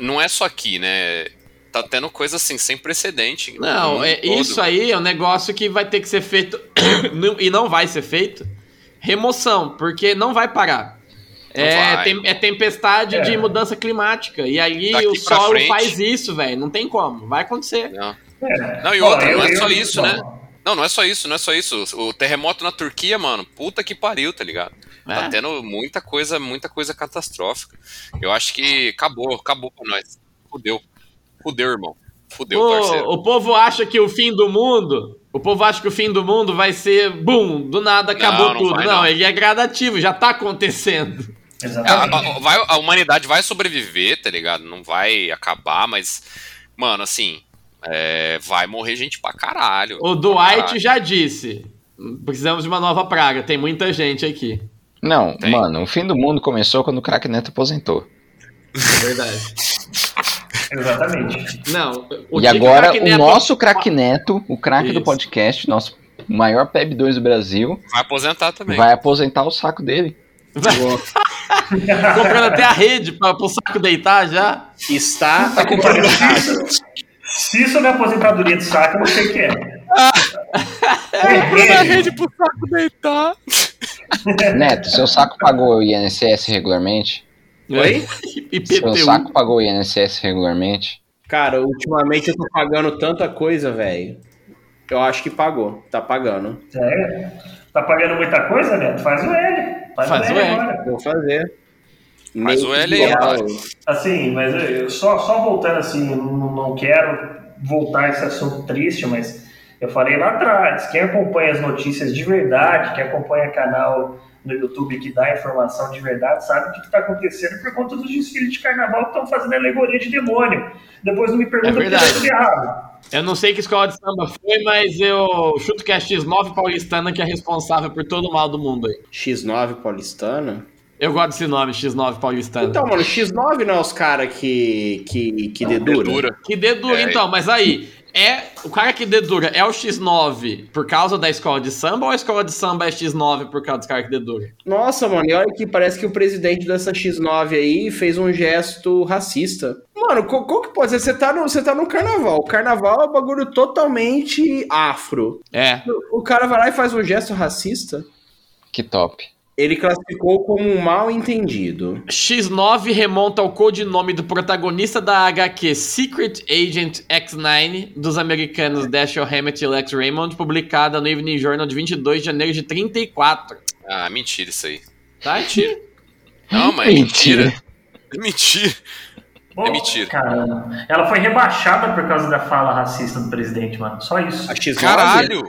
Speaker 5: não é só aqui, né? Tá tendo coisa assim, sem precedente.
Speaker 2: Não, é, isso aí é um negócio que vai ter que ser feito [COUGHS] não- e não vai ser feito. Remoção, porque não vai parar.
Speaker 5: Não
Speaker 2: É,
Speaker 5: vai.
Speaker 2: tem- é tempestade
Speaker 6: É.
Speaker 2: de mudança climática. E aí
Speaker 5: Daqui
Speaker 2: o
Speaker 5: pra
Speaker 2: solo
Speaker 5: frente.
Speaker 2: faz isso, velho. Não tem como. Vai acontecer.
Speaker 5: Não.
Speaker 6: é.
Speaker 5: Não, e outra,
Speaker 6: Olha,
Speaker 5: não é
Speaker 6: eu-
Speaker 5: só
Speaker 6: eu-
Speaker 5: isso, né? Não, não é só isso, não é só isso. O terremoto na Turquia, mano, puta que pariu, tá ligado? Tá
Speaker 2: É.
Speaker 5: tendo muita coisa, muita coisa catastrófica. Eu acho que acabou, acabou pra nós. Fudeu. Fudeu, irmão. Fudeu, parceiro.
Speaker 2: O, o povo acha que o fim do mundo. O povo acha que o fim do mundo vai ser. Bum! Do nada acabou
Speaker 5: Não, não
Speaker 2: tudo.
Speaker 5: vai,
Speaker 2: não,
Speaker 5: não.
Speaker 2: ele é gradativo, já tá acontecendo.
Speaker 5: [LAUGHS] É, A,
Speaker 6: Exatamente.
Speaker 5: a- vai- a humanidade vai sobreviver, tá ligado? Não vai acabar, mas, mano, assim, é, vai morrer gente pra caralho.
Speaker 2: O Dwight
Speaker 5: Ah.
Speaker 2: já disse. Precisamos de uma nova praga. Tem muita gente aqui.
Speaker 3: Não,
Speaker 5: Tem.
Speaker 3: mano, o fim do mundo começou quando o craque Neto aposentou.
Speaker 2: É verdade.
Speaker 6: Exatamente.
Speaker 2: Não. dia
Speaker 3: e
Speaker 2: que
Speaker 3: agora
Speaker 2: Crack
Speaker 3: o
Speaker 2: Neto- [LAUGHS]
Speaker 3: nosso craque Neto, o craque do
Speaker 2: Isso.
Speaker 3: podcast, nosso maior PEB2 do Brasil,
Speaker 5: Vai aposentar também.
Speaker 3: vai aposentar o saco dele.
Speaker 2: comprando até a rede pra, pro saco deitar já.
Speaker 4: Está
Speaker 6: Olha, se, isso, se isso não é aposentadoria de saco, eu não sei o que é.
Speaker 5: Ah.
Speaker 6: Rede.
Speaker 5: pro saco deitar.
Speaker 3: Neto, seu saco pagou o INSS regularmente? [LAUGHS]
Speaker 4: Oi?
Speaker 2: É. E
Speaker 3: Seu
Speaker 2: PTU.
Speaker 3: saco pagou o INSS regularmente?
Speaker 4: Cara, ultimamente eu tô pagando tanta coisa, velho. Eu acho que pagou. Tá pagando.
Speaker 6: [LAUGHS] É. Tá pagando muita coisa, né? Faz o L. Faz,
Speaker 2: Faz
Speaker 6: o
Speaker 2: o
Speaker 6: L
Speaker 2: L.
Speaker 6: agora.
Speaker 4: Vou fazer.
Speaker 5: Mas
Speaker 4: Meio
Speaker 5: o L
Speaker 4: que
Speaker 5: é-
Speaker 4: real.
Speaker 6: Assim, mas eu- eu só, só voltando assim, eu não, não quero voltar a esse assunto triste, mas eu falei lá atrás, quem acompanha as notícias de verdade, quem acompanha canal no YouTube que dá informação de verdade, sabe o que está acontecendo por conta dos desfiles de carnaval que estão fazendo alegoria de demônio. Depois não me pergunta porque eu
Speaker 2: verdade.
Speaker 6: estou errado.
Speaker 2: Eu não sei que escola de samba foi, mas eu chuto que é a X9 paulistana que é responsável por todo o mal do mundo aí.
Speaker 4: X9 paulistana?
Speaker 2: Eu gosto desse nome, X9 paulistana.
Speaker 4: Então, mano, X9 não é os caras que, que, que dedura.
Speaker 5: Dura.
Speaker 2: Que dê dura,
Speaker 5: É.
Speaker 2: então, mas aí, é o cara que dê dura é o X9 por causa da escola de samba ou a escola de samba é X9 por causa dos caras que dê dura?
Speaker 4: Nossa, mano, e olha que parece que o presidente dessa X9 aí fez um gesto racista. Mano, co- como que pode ser? Você tá no, você tá no carnaval. O carnaval é um bagulho totalmente afro.
Speaker 2: É.
Speaker 4: O cara vai lá e faz um gesto racista.
Speaker 3: Que top.
Speaker 4: Ele classificou como um mal entendido.
Speaker 2: X9 remonta ao codinome do protagonista da HQ Secret Agent X9 dos americanos Dashiell Hammett e Lex Raymond, publicada no Evening Journal de 22 de janeiro de 34.
Speaker 5: Ah, mentira isso aí.
Speaker 2: Tá? Mentira.
Speaker 5: Não, mas é mentira. É mentira.
Speaker 6: Pô,
Speaker 5: mentira.
Speaker 6: Caramba. Ela foi rebaixada por causa da fala racista do presidente, mano. Só isso.
Speaker 4: A X9?
Speaker 5: Caralho.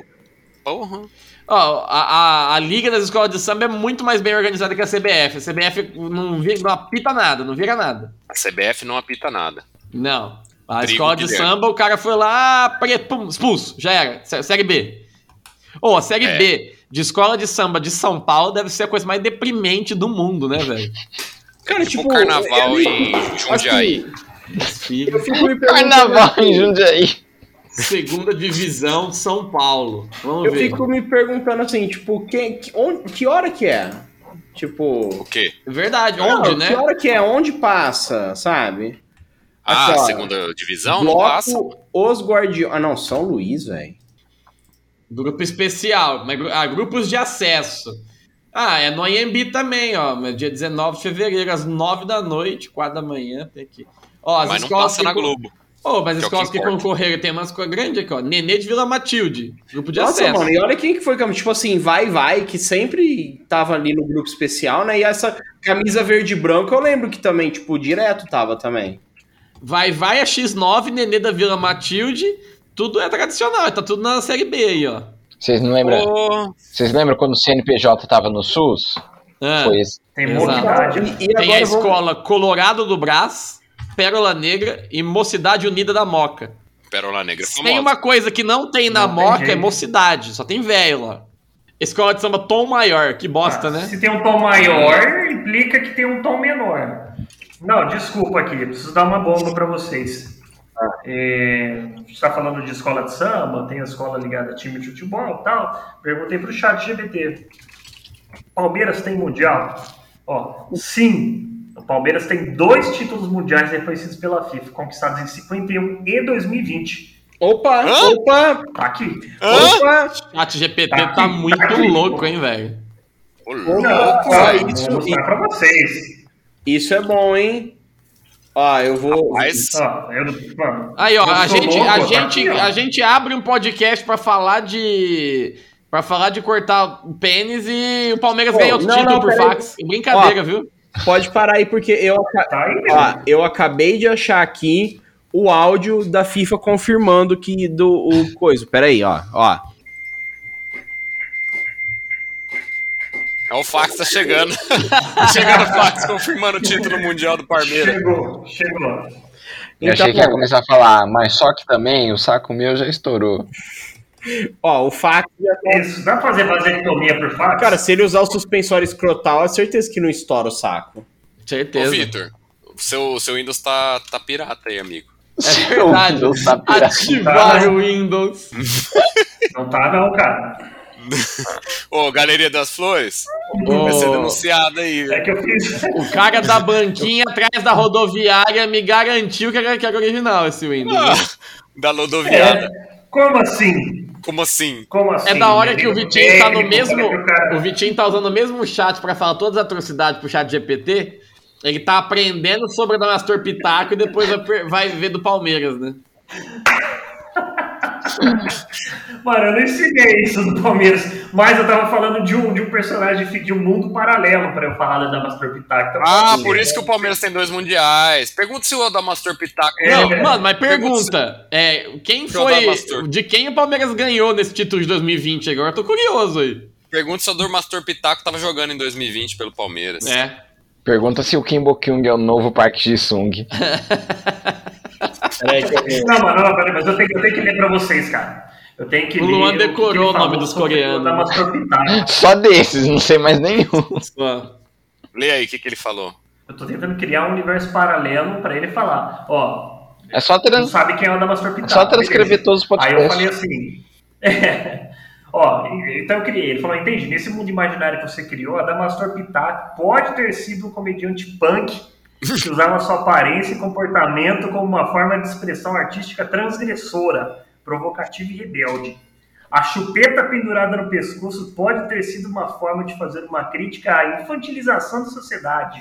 Speaker 5: Porra.
Speaker 2: Ó, a, a, a Liga das Escolas de Samba é muito mais bem organizada que a CBF. A CBF não, vira, não apita nada, não vira nada.
Speaker 5: A CBF não apita nada.
Speaker 2: Não. A
Speaker 5: Trigo,
Speaker 2: escola de
Speaker 5: Guilherme.
Speaker 2: samba, o cara foi lá, pre- pum, expulso, já era. Sé- Série B. Ô, a Série
Speaker 5: É.
Speaker 2: B de escola de samba de São Paulo deve ser a coisa mais deprimente do mundo, né, velho?
Speaker 4: Cara,
Speaker 5: Tipo o carnaval
Speaker 4: eu-
Speaker 5: em Jundiaí.
Speaker 4: assim, [LAUGHS]
Speaker 2: Desfile,
Speaker 4: eu fico me perguntando-
Speaker 3: Carnaval em Jundiaí.
Speaker 2: segunda divisão de São Paulo. Vamos
Speaker 4: Eu
Speaker 2: ver.
Speaker 4: fico me perguntando assim, tipo, quem, que, onde, que hora que é? Tipo.
Speaker 5: O quê?
Speaker 2: É Verdade, onde,
Speaker 4: Não,
Speaker 2: né?
Speaker 4: Que hora que é? Onde passa, sabe?
Speaker 5: Ah,
Speaker 4: Aqui, ó.
Speaker 5: segunda divisão? Não
Speaker 4: Bloco
Speaker 5: passa?
Speaker 4: Os Guardiões. Ah, não, São Luís, velho.
Speaker 2: Grupo especial, mas gru- ah, grupos de acesso. Ah, é no IMB também, ó. mas Dia 19 de fevereiro, às 9 da noite, 4 da manhã, tem aqui. Ó, as
Speaker 5: Mas não
Speaker 2: escolas
Speaker 5: passa na
Speaker 2: que-
Speaker 5: Globo.
Speaker 2: Ô, mas
Speaker 5: Que é o
Speaker 2: escolas
Speaker 5: que
Speaker 2: que,
Speaker 5: importa.
Speaker 2: concorreram tem umas coisas grandes aqui, ó. Nenê de Vila Matilde, grupo de
Speaker 4: Nossa,
Speaker 2: acesso.
Speaker 4: mano, e olha quem que foi, tipo assim, vai, vai, que sempre tava ali no grupo especial, né? E essa camisa verde e branca eu lembro que também, tipo, direto tava também.
Speaker 2: Vai, vai a X9, Nenê da Vila Matilde. Tudo é tradicional, tá tudo na série B aí, ó.
Speaker 3: Vocês não lembram?
Speaker 5: Ô,
Speaker 3: Vocês lembram quando o CNPJ tava no SUS?
Speaker 2: Ah,
Speaker 3: Foi isso.
Speaker 6: Tem
Speaker 2: Exato.
Speaker 6: mobilidade.
Speaker 4: E,
Speaker 2: tem
Speaker 4: e
Speaker 2: a
Speaker 4: agora vamos-
Speaker 2: escola Colorado do Brás, Pérola Negra e Mocidade Unida da Moca.
Speaker 5: Pérola Negra é
Speaker 2: Se
Speaker 5: famosa.
Speaker 2: Tem uma coisa que não tem na
Speaker 6: Não tem
Speaker 2: Moca, é
Speaker 6: jeito.
Speaker 2: mocidade, só tem velho lá. Escola de samba Tom Maior, que bosta,
Speaker 6: Ah,
Speaker 2: né?
Speaker 6: Se tem um tom maior, implica que tem um tom menor. Não, desculpa aqui, eu preciso dar uma bomba para vocês. É, a gente está falando de escola de samba, tem a escola ligada a time de futebol e tal. Perguntei para o chat GBT. Palmeiras tem mundial? Ó, sim. O Palmeiras tem dois títulos mundiais reconhecidos pela FIFA, conquistados em 51 e 2020.
Speaker 4: Opa,
Speaker 5: Hã?
Speaker 4: opa,
Speaker 6: Tá aqui.
Speaker 2: Ah,
Speaker 4: opa.
Speaker 2: Chat GPT
Speaker 6: Tá
Speaker 2: tá,
Speaker 6: aqui, tá
Speaker 2: muito
Speaker 6: aqui.
Speaker 2: louco, hein, velho?
Speaker 5: Ô,
Speaker 4: Não,
Speaker 5: louco.
Speaker 4: ó,
Speaker 6: Tá, Vou
Speaker 4: isso,
Speaker 6: mostrar para vocês.
Speaker 4: isso é bom, hein? Ó, eu vou.
Speaker 5: Mas
Speaker 6: Ó, eu não- mano,
Speaker 2: Aí, ó,
Speaker 6: Eu
Speaker 2: a
Speaker 6: sou
Speaker 2: gente, a,
Speaker 6: louco, tá
Speaker 2: gente,
Speaker 6: aqui, ó.
Speaker 2: a gente abre um podcast pra falar de. Pra falar de cortar o pênis e o Palmeiras
Speaker 4: Pô,
Speaker 2: ganhou outro
Speaker 4: não,
Speaker 2: título
Speaker 4: não,
Speaker 2: por
Speaker 4: peraí.
Speaker 2: fax. Brincadeira,
Speaker 4: Ó,
Speaker 2: viu?
Speaker 4: Pode parar aí, porque eu, aca-
Speaker 6: Tá aí, meu.
Speaker 4: ó, eu acabei de achar aqui o áudio da FIFA confirmando que do o coisa. Pera aí, ó, ó.
Speaker 5: é o fax tá chegando. chegando o fax confirmando o título mundial do Parmeira.
Speaker 6: Chegou, chegou.
Speaker 3: Eu
Speaker 2: Então,
Speaker 3: achei que ia começar a falar, mas só que também o saco meu já estourou.
Speaker 4: ó, o fax já tá-
Speaker 6: Isso, dá pra fazer vasectomia por fax?
Speaker 4: Cara, se ele usar o suspensório escrotal, é certeza que não estoura o saco.
Speaker 5: Ô,
Speaker 2: Certeza.
Speaker 5: Vitor, o seu, seu Windows tá, tá pirata aí, amigo.
Speaker 2: É verdade.
Speaker 3: [LAUGHS] Meu Deus, tá pirata.
Speaker 2: Ativar o Windows.
Speaker 6: Não tá não, cara.
Speaker 5: Ô, Galeria das Flores, Hum, vai ser
Speaker 2: Ô,
Speaker 5: denunciado aí.
Speaker 6: É que eu fiz.
Speaker 2: o cara da banquinha atrás da rodoviária me garantiu que era, que era original esse Windows.
Speaker 5: Ah, da Lodoviária.
Speaker 6: [LAUGHS] Como assim?
Speaker 5: Como assim?
Speaker 6: Como assim?
Speaker 2: É da hora que o Vitinho tá no
Speaker 6: Técnico,
Speaker 2: mesmo.
Speaker 6: falei pro É, cara,
Speaker 2: O Vitinho tá usando o mesmo chat pra falar todas as atrocidades pro chat GPT. Ele tá aprendendo sobre o Damastor Pitaco e depois vai, per- vai ver do Palmeiras, né?
Speaker 6: Mano, eu não ensinei é isso do Palmeiras. Mas eu tava falando de um, de um personagem fi- de um mundo paralelo pra eu falar da Damastor tá Pitaco.
Speaker 5: Ah, por isso que o Palmeiras tem dois mundiais. Pergunta se o Adamastor Pitaco.
Speaker 6: É.
Speaker 2: Não, mano, mas pergunta. É, quem
Speaker 5: Deixa eu dar
Speaker 2: foi.
Speaker 5: Damastor.
Speaker 2: De quem o Palmeiras ganhou nesse título de 2020 agora? Eu tô curioso aí.
Speaker 5: Pergunta se o Dormastor Pitaco tava jogando em 2020 pelo Palmeiras.
Speaker 2: É.
Speaker 3: Pergunta se o Kimbo Kyung é o novo Park Ji-sung.
Speaker 4: Peraí, Né, que eu-
Speaker 6: Não, mano, não, peraí, mas eu tenho, eu tenho que ler pra vocês, cara. Eu tenho que
Speaker 2: O Luan
Speaker 6: ler que
Speaker 2: decorou
Speaker 6: ele
Speaker 2: o nome
Speaker 6: falou
Speaker 2: dos
Speaker 6: sobre
Speaker 2: coreanos.
Speaker 6: O Damastor Pitaco.
Speaker 3: Só desses, não sei mais nenhum.
Speaker 2: Só.
Speaker 5: Lê aí o que, que ele falou.
Speaker 6: Eu tô tentando criar um universo paralelo pra ele falar. Ó,
Speaker 3: É só,
Speaker 6: não
Speaker 3: trans...
Speaker 6: sabe quem é o Damastor Pitaco.
Speaker 3: só transcrever
Speaker 6: beleza.
Speaker 3: todos os
Speaker 6: Aí eu
Speaker 3: podcasts.
Speaker 6: falei assim. [LAUGHS] Ó, então eu criei. Ele falou: entende, nesse mundo imaginário que você criou, a Damastor Pitaco pode ter sido um comediante punk que usava sua aparência e comportamento como uma forma de expressão artística transgressora, provocativa e rebelde. A chupeta pendurada no pescoço pode ter sido uma forma de fazer uma crítica à infantilização da sociedade,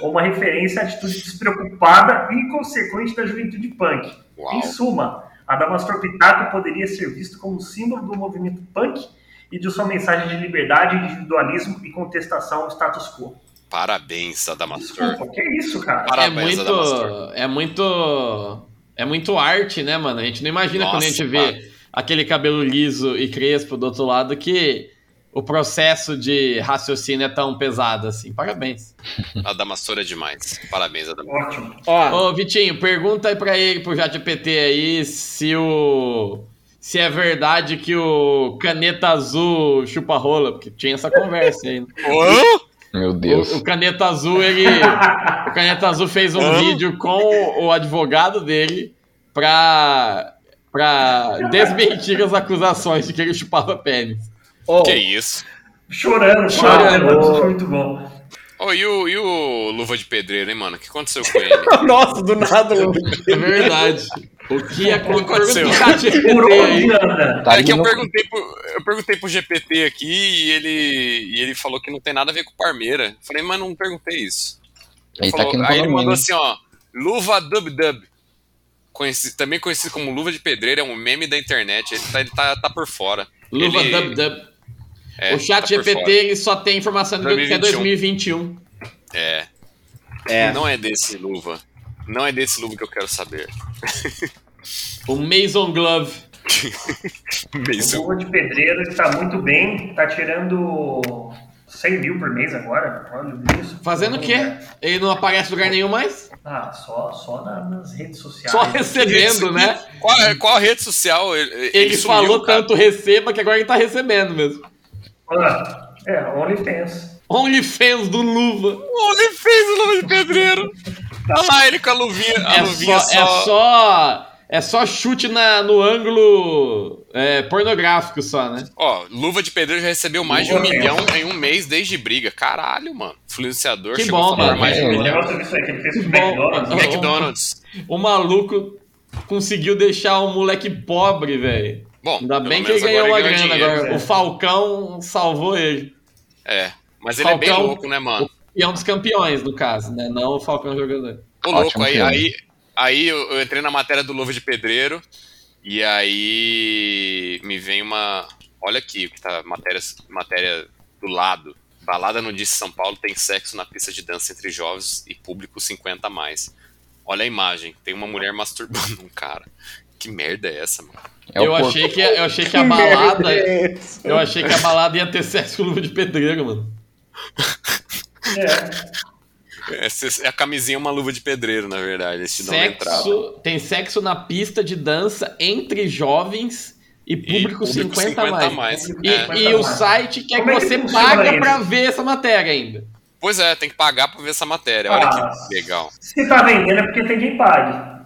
Speaker 6: ou uma referência à atitude despreocupada e inconsequente da juventude punk.
Speaker 5: Uau.
Speaker 6: Em suma, a Damastor Pitaco poderia ser visto como um símbolo do movimento punk e de sua mensagem de liberdade, individualismo e contestação ao status quo.
Speaker 5: Parabéns, Adamastor.
Speaker 6: Desculpa, que isso, cara?
Speaker 2: É
Speaker 5: Parabéns, Adamastor.
Speaker 2: muito. É muito. É muito arte, né, mano? A gente não imagina quando a
Speaker 5: Nossa,
Speaker 2: gente
Speaker 5: cara.
Speaker 2: vê aquele cabelo liso e crespo do outro lado que o processo de raciocínio é tão pesado assim. Parabéns.
Speaker 5: Adamastor é demais. Parabéns, Adamastor.
Speaker 6: Ótimo. [LAUGHS]
Speaker 5: Ah.
Speaker 4: Ó,
Speaker 2: Ô, Vitinho, pergunta aí pra ele, pro JPT aí, se o. Se é verdade que o Caneta Azul chupa rola, porque tinha essa conversa aí. né?
Speaker 5: Ô,
Speaker 3: Meu
Speaker 2: O,
Speaker 3: Deus.
Speaker 2: o Caneta Azul, ele. o Caneta Azul fez um
Speaker 5: Hã?
Speaker 2: vídeo com o advogado dele pra. pra desmentir as acusações de que ele chupava pênis.
Speaker 4: ó,
Speaker 5: que isso?
Speaker 2: Chorando.
Speaker 6: Chorando, chorando. Isso foi muito bom.
Speaker 5: Ô, e, o, e o Luva de Pedreiro, hein, mano? O que aconteceu com ele?
Speaker 4: [LAUGHS] Nossa, do nada, um Lu.
Speaker 2: É verdade. é O que aconteceu?
Speaker 5: aconteceu?
Speaker 2: O chat
Speaker 6: Por
Speaker 2: GPT aí.
Speaker 6: onde anda?
Speaker 3: Tá
Speaker 5: é que eu
Speaker 3: indo-
Speaker 5: perguntei, pro, eu perguntei pro GPT aqui e ele, e ele falou que não tem nada a ver com o Parmeira. Falei, mas não perguntei isso.
Speaker 3: Ele tá
Speaker 5: Falou-
Speaker 3: aqui no
Speaker 5: aí ele mandou
Speaker 3: condomínio.
Speaker 5: assim, ó. Luva Dub Dub. Conheci- também conhecido como Luva de Pedreiro, é um meme da internet. Ele tá, ele tá, tá por fora.
Speaker 2: Luva
Speaker 5: Ele-
Speaker 2: dub dub.
Speaker 5: É,
Speaker 2: o chat
Speaker 5: tá por
Speaker 2: GPT
Speaker 5: fora.
Speaker 2: ele só tem informação do que é 2021.
Speaker 5: 2021. É.
Speaker 4: É.
Speaker 5: Não é desse Luva. Não é desse Luva que eu quero saber.
Speaker 2: um. O Mason Glove.
Speaker 5: Beijo.
Speaker 6: O Luva de Pedreiro está muito bem, está Tá tirando 100 mil por mês agora. Olha isso.
Speaker 2: Fazendo o quê? Ele não aparece em lugar nenhum mais?
Speaker 6: Ah, só, só na- nas redes sociais.
Speaker 2: Só recebendo, né?
Speaker 5: Qual, qual rede social ele, ele
Speaker 2: Ele
Speaker 5: sumiu,
Speaker 2: falou
Speaker 5: é cara?
Speaker 2: tanto receba que agora ele tá recebendo mesmo.
Speaker 6: Ah, É, OnlyFans.
Speaker 2: OnlyFans do Luva.
Speaker 5: O Ele fez o nome de pedreiro. Tá lá ele com a luvinha. A
Speaker 2: É só,
Speaker 5: luvinha
Speaker 2: é só. É só chute na, no ângulo é, pornográfico só, né?
Speaker 5: Ó, Luva de Pedreiro já recebeu mais de um
Speaker 6: Luva mesmo.
Speaker 5: milhão em um mês desde briga. Caralho, mano. Influenciador
Speaker 2: Que
Speaker 5: chegou
Speaker 2: bom,
Speaker 5: a falar
Speaker 2: mano. Tá
Speaker 5: mais de
Speaker 3: É,
Speaker 5: um
Speaker 6: O
Speaker 5: milhão.
Speaker 6: negócio disso aí que ele fez com o
Speaker 2: Bom,
Speaker 6: McDonald's.
Speaker 2: mano.
Speaker 5: McDonald's.
Speaker 2: O maluco conseguiu deixar um moleque pobre, velho.
Speaker 5: Bom,
Speaker 2: Ainda
Speaker 5: pelo
Speaker 2: bem que ele
Speaker 5: menos
Speaker 2: ganhou
Speaker 5: agora
Speaker 2: uma
Speaker 5: ele ganhou
Speaker 2: grana
Speaker 5: dinheiro.
Speaker 2: agora.
Speaker 6: né?
Speaker 2: O Falcão salvou ele.
Speaker 5: É. Mas ele é bem
Speaker 2: Falcão.
Speaker 5: louco, né, mano?
Speaker 2: E é um dos campeões, no caso, né? Não o Falcão jogador.
Speaker 5: Ô,
Speaker 3: Ótimo
Speaker 5: louco, aí,
Speaker 3: filme.
Speaker 5: aí, aí eu, eu entrei na matéria do Luva de Pedreiro e aí me vem uma. Olha aqui o que tá. Matéria, matéria do lado. Balada no Dice São Paulo tem sexo na pista de dança entre jovens e público 50 a mais. Olha a imagem, tem uma mulher masturbando um cara. Que merda é essa, mano?
Speaker 3: É
Speaker 2: assim, eu,
Speaker 3: o corpo.
Speaker 2: achei que, eu achei
Speaker 4: [LAUGHS]
Speaker 2: que a balada. Eu achei que a balada ia ter [LAUGHS] sexo com luva de pedreiro, mano.
Speaker 6: É,
Speaker 5: Essa é a camisinha é uma luva de pedreiro, na verdade. Eles te dão uma entrada.
Speaker 2: Sexo, tem sexo na pista de dança entre jovens e público, 50, a mais. E,
Speaker 5: É.
Speaker 2: e o site quer
Speaker 6: Como
Speaker 2: que
Speaker 6: é que
Speaker 2: você
Speaker 6: funciona
Speaker 2: paga
Speaker 6: isso?
Speaker 2: pra ver essa matéria ainda.
Speaker 5: Pois é, tem que pagar pra ver essa matéria. Olha
Speaker 6: Ah.
Speaker 5: que legal.
Speaker 6: se tá vendendo é porque tem quem pague.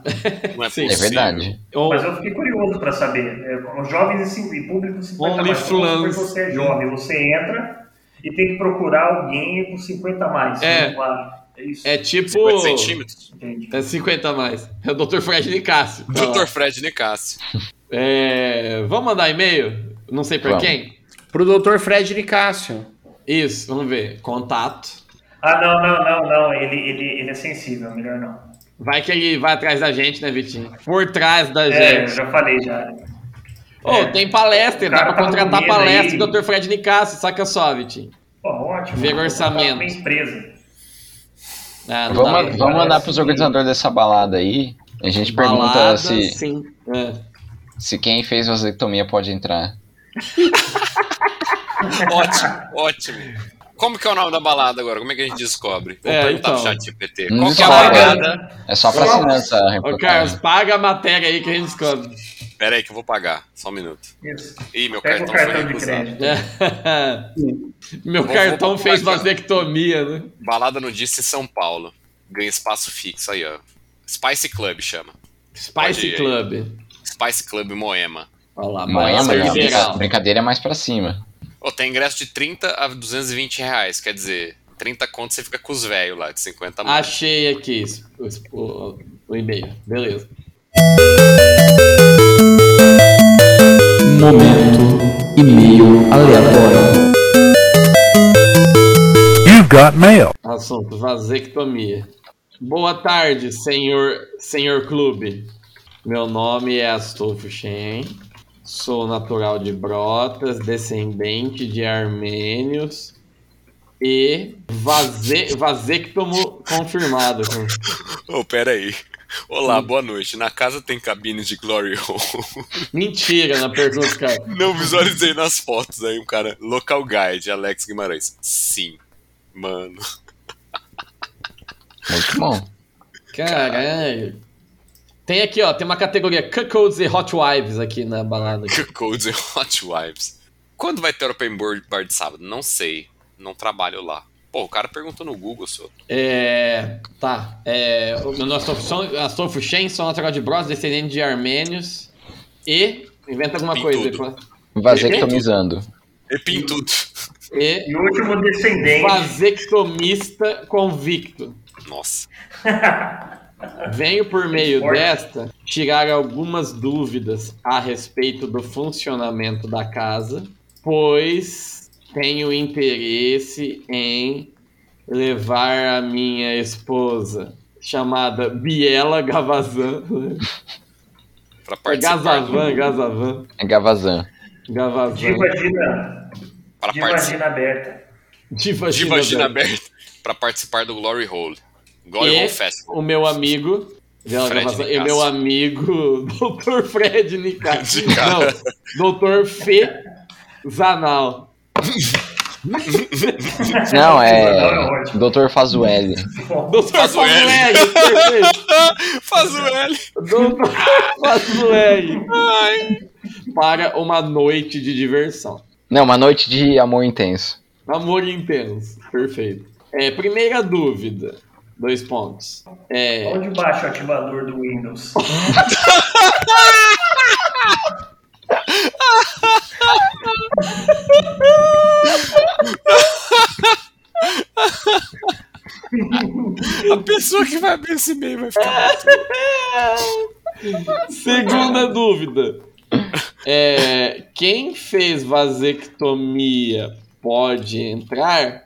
Speaker 5: Não é,
Speaker 2: Sim.
Speaker 3: É
Speaker 5: possível.
Speaker 3: verdade.
Speaker 2: Ou-
Speaker 6: Mas eu fiquei curioso pra saber. É, os jovens e cin- e público 50 a
Speaker 2: OnlyFans.
Speaker 6: mais. Quando você é jovem, você entra e tem que procurar alguém com 50 a mais.
Speaker 2: É.
Speaker 6: Não vale. É isso.
Speaker 2: é tipo.
Speaker 5: 50 centímetros.
Speaker 6: Entendi.
Speaker 2: É 50 a mais. É o Dr. Fred de Cássio. Tá lá.
Speaker 5: Dr. Fred Nicásio.
Speaker 2: É, vamos mandar e-mail? Não sei pra
Speaker 3: Vamos.
Speaker 2: quem.
Speaker 4: Pro Dr. Fred Nicásio.
Speaker 2: Isso, vamos ver. Contato.
Speaker 6: Ah, não, não, não, não. Ele, ele, ele é sensível, melhor não.
Speaker 2: Vai que ele vai atrás da gente, né, Vitinho? Por trás da
Speaker 6: É, eu
Speaker 2: gente.
Speaker 6: já falei já.
Speaker 2: Ô, tem palestra,
Speaker 6: O
Speaker 2: dá
Speaker 6: cara
Speaker 2: pra
Speaker 6: tá com
Speaker 2: contratar
Speaker 6: medo
Speaker 2: palestra
Speaker 6: aí.
Speaker 2: do Dr. Fred Nicasso, saca só, Vitinho.
Speaker 6: Pô, ótimo.
Speaker 2: Ver
Speaker 6: Vou
Speaker 2: orçamento.
Speaker 6: contratar Uma empresa.
Speaker 2: Ah, não dá.
Speaker 3: Vamos, vamos mandar
Speaker 6: parece
Speaker 3: pros
Speaker 6: que-
Speaker 3: organizadores dessa balada aí. A gente pergunta
Speaker 2: Balada,
Speaker 3: se,
Speaker 2: Sim. É.
Speaker 3: se quem fez vasectomia pode entrar.
Speaker 5: Ótimo, ótimo. Como que é o nome da balada agora? Como é que a gente descobre? Vou
Speaker 2: É,
Speaker 5: perguntar
Speaker 2: então.
Speaker 5: pro chat GPT.
Speaker 3: Não
Speaker 5: Qual que é a
Speaker 3: descobre.
Speaker 5: balada?
Speaker 3: É só pra assinar essa
Speaker 2: Ô, Carlos,
Speaker 3: reportagem.
Speaker 2: paga a matéria aí que a gente descobre.
Speaker 5: Pera aí que eu vou pagar. Só um minuto.
Speaker 6: Isso.
Speaker 5: Ih, meu
Speaker 6: Pega
Speaker 5: cartão
Speaker 6: o
Speaker 5: foi
Speaker 6: cartão de
Speaker 5: recusado.
Speaker 6: crédito.
Speaker 2: [LAUGHS] Meu
Speaker 5: Vou-
Speaker 2: cartão
Speaker 5: vou-
Speaker 2: fez
Speaker 5: vou-
Speaker 2: vasectomia, né?
Speaker 5: Balada no Dice em São Paulo. Ganha espaço fixo aí, ó. Spice Club chama. Pode ir
Speaker 2: Spice
Speaker 5: aí.
Speaker 2: Club.
Speaker 5: Spice Club Moema.
Speaker 2: Olha lá,
Speaker 3: Moema,
Speaker 2: Moema
Speaker 5: Mas é
Speaker 3: não.
Speaker 2: Liberal.
Speaker 3: brinca- Brincadeira é mais pra cima.
Speaker 5: Ô, tem ingresso de 30 a 220 reais. Quer dizer, 30 conto você fica com os velhos lá, de 50 a mais.
Speaker 2: Achei aqui isso, o, o- o e-mail. Beleza.
Speaker 1: Momento e-mail aleatório.
Speaker 7: You've got mail.
Speaker 2: Assunto: vasectomia. Boa tarde, senhor, senhor clube. Meu nome é Astolfo Shen. Sou natural de Brotas, descendente de armênios e vase, vasectomo confirmado.
Speaker 5: Ô, pera aí. Olá, boa noite. Na casa tem cabines de Glory Hole.
Speaker 2: Mentira na pergunta, cara.
Speaker 5: Não visualizei nas fotos aí, um cara. Local Guide, Alex Guimarães. Sim. Mano. [LAUGHS]
Speaker 3: Muito bom.
Speaker 2: Caralho. Tem aqui, ó, tem uma categoria Cuckolds e Hot Wives aqui na balada.
Speaker 5: Que Codes e Hot Wives. Quando vai ter Open Board Bar de sábado? Não sei. Não trabalho lá. Pô, o cara perguntou no Google, seu.
Speaker 2: É. Tá. É, o meu nome é Astolfo Son- Astolfo Shen, sou natural de Bros, descendente de armênios. E. Inventa alguma
Speaker 5: Em
Speaker 2: coisa.
Speaker 5: tudo.
Speaker 3: Vasectomizando.
Speaker 5: Repim tudo.
Speaker 2: E.
Speaker 6: E o último descendente. [LAUGHS]
Speaker 2: Vasectomista convicto.
Speaker 5: Nossa.
Speaker 2: Venho por meio
Speaker 6: Forte.
Speaker 2: desta tirar algumas dúvidas a respeito do funcionamento da casa, pois tenho interesse em levar a minha esposa, chamada Biela Gavazan.
Speaker 5: Pra
Speaker 2: É
Speaker 5: participar,
Speaker 2: Gazavan, Gazavan.
Speaker 3: É Gavazan.
Speaker 2: Gavazan.
Speaker 6: Diva Gina.
Speaker 5: pra
Speaker 6: Diva
Speaker 5: participar
Speaker 2: [LAUGHS]
Speaker 6: Gina aberta.
Speaker 2: Diva
Speaker 5: de
Speaker 2: Gina
Speaker 5: vagina
Speaker 2: Bell.
Speaker 5: aberta. Pra participar do Glory Hole. Glory
Speaker 2: E é
Speaker 5: Hole Festival. [LAUGHS]
Speaker 2: o meu amigo. Gabriela
Speaker 5: Fred
Speaker 2: Gavazan, E
Speaker 5: Nicasso.
Speaker 2: meu amigo, [LAUGHS] Dr. Fred Nicasso.
Speaker 5: De cara.
Speaker 2: Não, Dr. Fê Zanal.
Speaker 3: Não, é. Doutor Fazueli.
Speaker 2: Doutor
Speaker 5: Faz o L.
Speaker 2: Fazueli, perfeito.
Speaker 5: Faz o L.
Speaker 2: Doutor Fazueli. Para uma noite de diversão.
Speaker 3: Não, uma noite de amor intenso.
Speaker 2: Amor intenso. Perfeito. É, primeira dúvida. Dois pontos. É,
Speaker 6: Onde baixa o ativador do Windows?
Speaker 5: A pessoa que vai abrir esse e-mail vai ficar.
Speaker 2: Segunda dúvida. É, quem fez vasectomia pode entrar?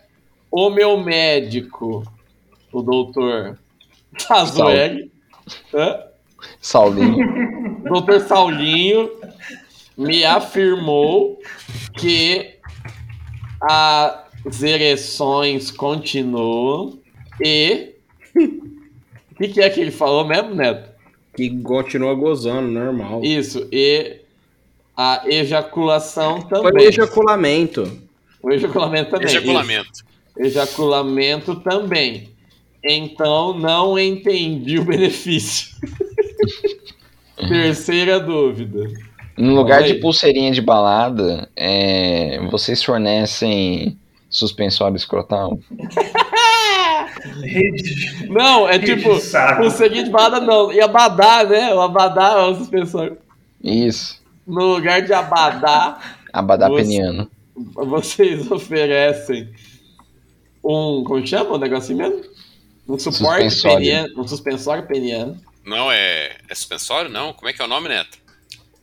Speaker 2: O meu médico, o doutor Tazueli,
Speaker 3: [LAUGHS] Saulinho.
Speaker 2: doutor Saulinho, me afirmou que as ereções continuam e. O que, que é que ele falou mesmo, Neto?
Speaker 4: Que continua gozando, normal.
Speaker 2: Isso, e a ejaculação
Speaker 4: Foi
Speaker 2: também.
Speaker 4: um ejaculamento.
Speaker 2: O ejaculamento
Speaker 5: é
Speaker 2: também.
Speaker 5: Ejaculamento.
Speaker 2: isso. Ejaculamento também. Então não entendi o [LAUGHS] benefício. Terceira dúvida.
Speaker 3: No lugar
Speaker 2: Olha
Speaker 3: de
Speaker 2: aí.
Speaker 3: pulseirinha de balada, é, vocês fornecem suspensório escrotal?
Speaker 6: Rede.
Speaker 2: Não, é
Speaker 6: Rede
Speaker 2: tipo,
Speaker 6: de saco.
Speaker 2: o seguinte bada não. E abadá, né? O abadá é uma suspensão.
Speaker 3: Isso.
Speaker 2: No lugar de abadá,
Speaker 3: Abadá
Speaker 2: Você-
Speaker 3: peniano.
Speaker 2: vocês oferecem um. Como chama o negocinho mesmo? Um suporte
Speaker 3: Suspensório.
Speaker 2: peniano. Um suspensório peniano.
Speaker 5: Não é. É suspensório? Não? Como é que é o nome, Neto?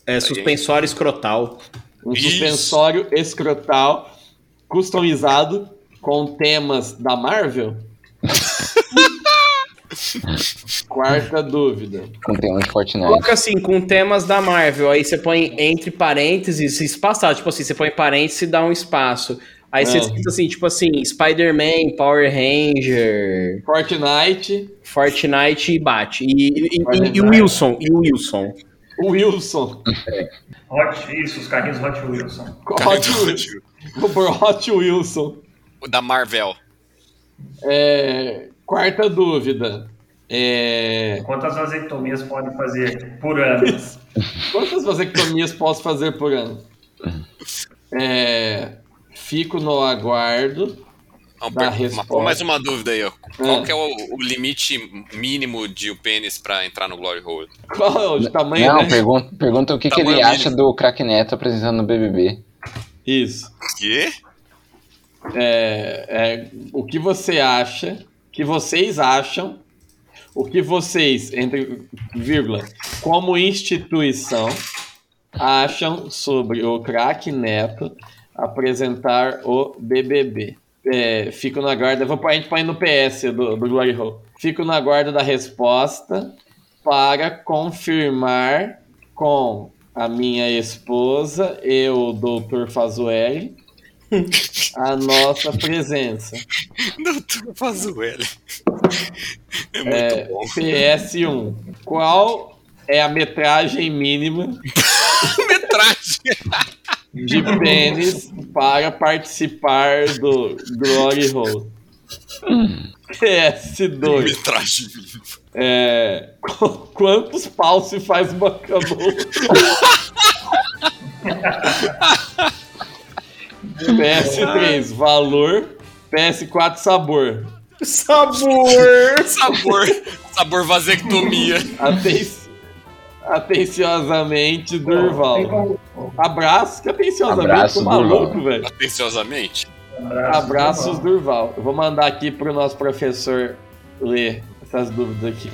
Speaker 4: É suspensório escrotal.
Speaker 2: Um
Speaker 5: Isso.
Speaker 2: suspensório escrotal customizado com temas da Marvel? Quarta dúvida.
Speaker 3: Com tema de Fortnite.
Speaker 4: Coloca assim, com temas da Marvel. Aí você põe entre parênteses, se espaçar. Tipo assim, você põe parênteses e dá um espaço. Aí você
Speaker 2: Ah.
Speaker 4: escrita assim, tipo assim, Spider-Man, Power Ranger,
Speaker 2: Fortnite,
Speaker 4: Fortnite e bate. E, e,
Speaker 2: Olha,
Speaker 4: e- e o Wilson, e o Wilson.
Speaker 2: Wilson,
Speaker 6: Hot, isso, os carrinhos Hot Wilson.
Speaker 2: Hot Wilson, [LAUGHS] Hot Wilson.
Speaker 5: O Da Marvel.
Speaker 2: É, quarta dúvida. É,
Speaker 6: Quantas vasectomias podem fazer por ano?
Speaker 2: quantas vasectomias posso fazer por ano? É, fico no aguardo.
Speaker 5: Ah, um
Speaker 2: Da
Speaker 5: per- uma-
Speaker 2: resposta.
Speaker 5: mais uma dúvida aí, ó. Qual
Speaker 2: Ah.
Speaker 5: que é o, o limite mínimo de o pênis pra entrar no Glory Hole?
Speaker 2: Qual é o tamanho,
Speaker 3: Não,
Speaker 2: né?
Speaker 3: pergunta, pergunta o que, que ele
Speaker 5: Tamanho
Speaker 3: acha do Crack Neto apresentando o BBB.
Speaker 2: Isso.
Speaker 5: Quê?
Speaker 2: é, é, o que você acha, que vocês acham, o que vocês, entre vírgula, como instituição, acham sobre o craque Neto apresentar o BBB. É, fico na guarda, vou, pôr- a gente põe no PS do, do Glory Hole. Fico na guarda da resposta para confirmar com a minha esposa e o doutor Fazueli a nossa presença.
Speaker 5: Doutor Fazueli. É muito
Speaker 2: É,
Speaker 5: bom.
Speaker 2: PS1. Qual é a metragem mínima
Speaker 5: Metragem. [LAUGHS]
Speaker 2: de pênis para participar do Glory Hole? PS2.
Speaker 5: Metragem.
Speaker 2: É, [LAUGHS] qu- quantos paus se faz uma canoa? PS3, valor. PS4, sabor.
Speaker 4: [LAUGHS] Sabor!
Speaker 5: Sabor. Sabor vasectomia.
Speaker 2: Aten- Atenciosamente,
Speaker 6: Tem
Speaker 2: Durval.
Speaker 6: como-
Speaker 2: Abraço, que atenciosamente,
Speaker 3: Abraço,
Speaker 2: tô maluco,
Speaker 3: Durval.
Speaker 2: velho.
Speaker 5: Atenciosamente.
Speaker 2: Abraços, Durval. Eu vou mandar aqui pro nosso professor ler essas dúvidas aqui.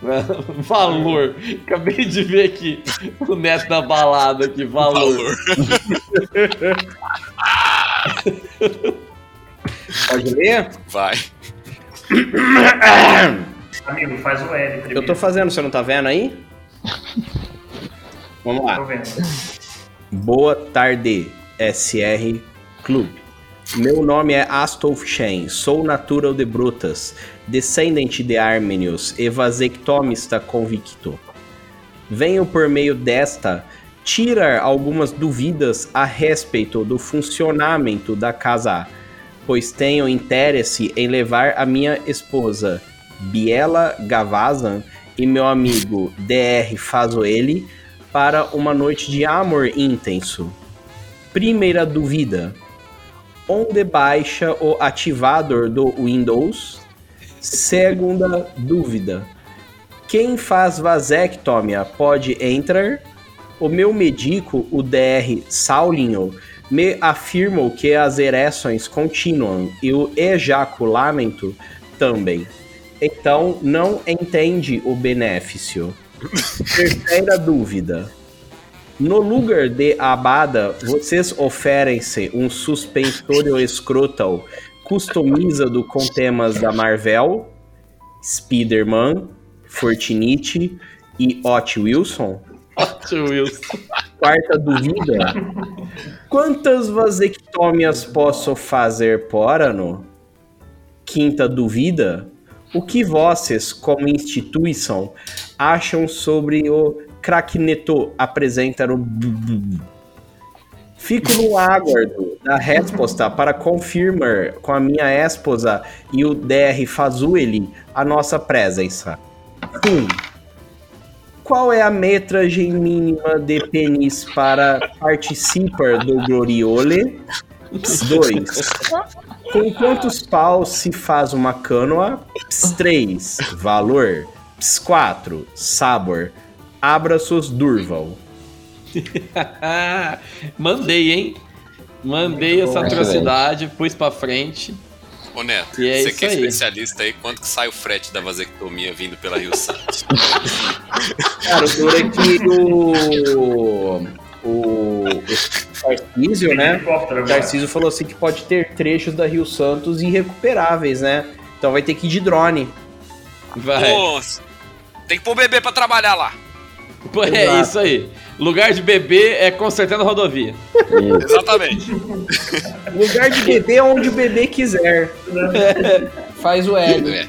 Speaker 2: [LAUGHS] Valor. Acabei de ver aqui o neto da balada aqui. Valor.
Speaker 5: Valor.
Speaker 4: Pode ler?
Speaker 5: Vai.
Speaker 6: Amigo, faz o L primeiro.
Speaker 4: Eu tô fazendo, você não tá vendo aí? Vamos lá.
Speaker 6: Tô vendo.
Speaker 4: Boa tarde, SR Clube. Meu nome é Astolf Shen, sou natural de Brutas, descendente de Armenios e vasectomista convicto. Venho por meio desta tirar algumas dúvidas a respeito do funcionamento da casa pois tenho interesse em levar a minha esposa, Biela Gavazan, e meu amigo DR Fazoeli para uma noite de amor intenso. Primeira dúvida: onde baixa o ativador do Windows? Segunda dúvida: quem faz vasectomia pode entrar? O meu médico, o DR Saulinho, me afirmou que as ereções continuam e o ejaculamento também. Então, não entende o benefício. Terceira dúvida. No lugar de abada, vocês oferecem um suspensório escrotal customizado com temas da Marvel, Spider-Man, Fortnite e Hot Wilson?
Speaker 2: Ótimo, Wilson. [LAUGHS]
Speaker 4: Quarta dúvida. Quantas vasectômias posso fazer por ano? Quinta dúvida. O que vocês, como instituição, acham sobre o Crackneto apresentar o... Fico no aguardo da resposta para confirmar com a minha esposa e o DR Fazueli a nossa presença. Um. Fim. Qual é a metragem mínima de pênis para participar do Gloriole? 2. Com quantos paus se faz uma canoa? 3. Valor. 4. Sabor. Abra seus durval.
Speaker 2: Mandei, hein? Mandei essa
Speaker 3: Muito bom.
Speaker 2: atrocidade, pus pra frente.
Speaker 5: Ô Neto,
Speaker 2: E é
Speaker 5: você
Speaker 2: isso
Speaker 5: que é
Speaker 2: aí.
Speaker 5: especialista aí, quanto que sai o frete da vasectomia vindo pela
Speaker 2: [LAUGHS]
Speaker 5: Rio Santos?
Speaker 4: Cara, o duro é que o. O. o Tarcísio, né?
Speaker 6: Helicóptero
Speaker 4: O
Speaker 6: agora.
Speaker 4: Tarcísio falou assim que pode ter trechos da Rio Santos irrecuperáveis, né? Então vai ter que ir de drone.
Speaker 2: Vai.
Speaker 5: Nossa, tem que pôr o bebê pra trabalhar lá.
Speaker 2: Pô, é
Speaker 4: Exato.
Speaker 2: isso aí. Lugar de bebê é consertando a rodovia.
Speaker 3: Isso.
Speaker 5: Exatamente.
Speaker 4: Lugar de bebê é onde o bebê quiser.
Speaker 5: É.
Speaker 4: Faz o L.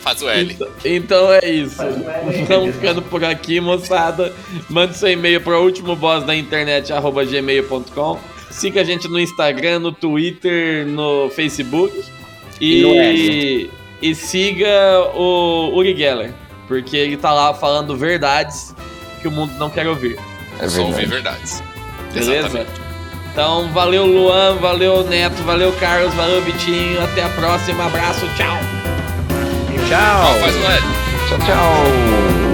Speaker 5: Faz o L.
Speaker 2: Então, então é isso.
Speaker 6: Faz mais aí,
Speaker 2: Vamos
Speaker 6: beleza.
Speaker 2: ficando por aqui, moçada. Mande seu e-mail para último boss da internet, arroba gmail.com. Siga a gente no Instagram, no Twitter, no Facebook.
Speaker 4: E no
Speaker 2: E,
Speaker 4: X.
Speaker 2: e siga o Uri Geller, porque ele tá lá falando verdades que o mundo não quer ouvir.
Speaker 3: É
Speaker 5: Só ouvir
Speaker 3: verdade.
Speaker 5: verdades.
Speaker 2: Beleza? Então, valeu Luan, valeu Neto, valeu Carlos, valeu Vitinho. Até a próxima, abraço, tchau!
Speaker 4: Tchau.
Speaker 5: Faz o L.
Speaker 3: Tchau, tchau.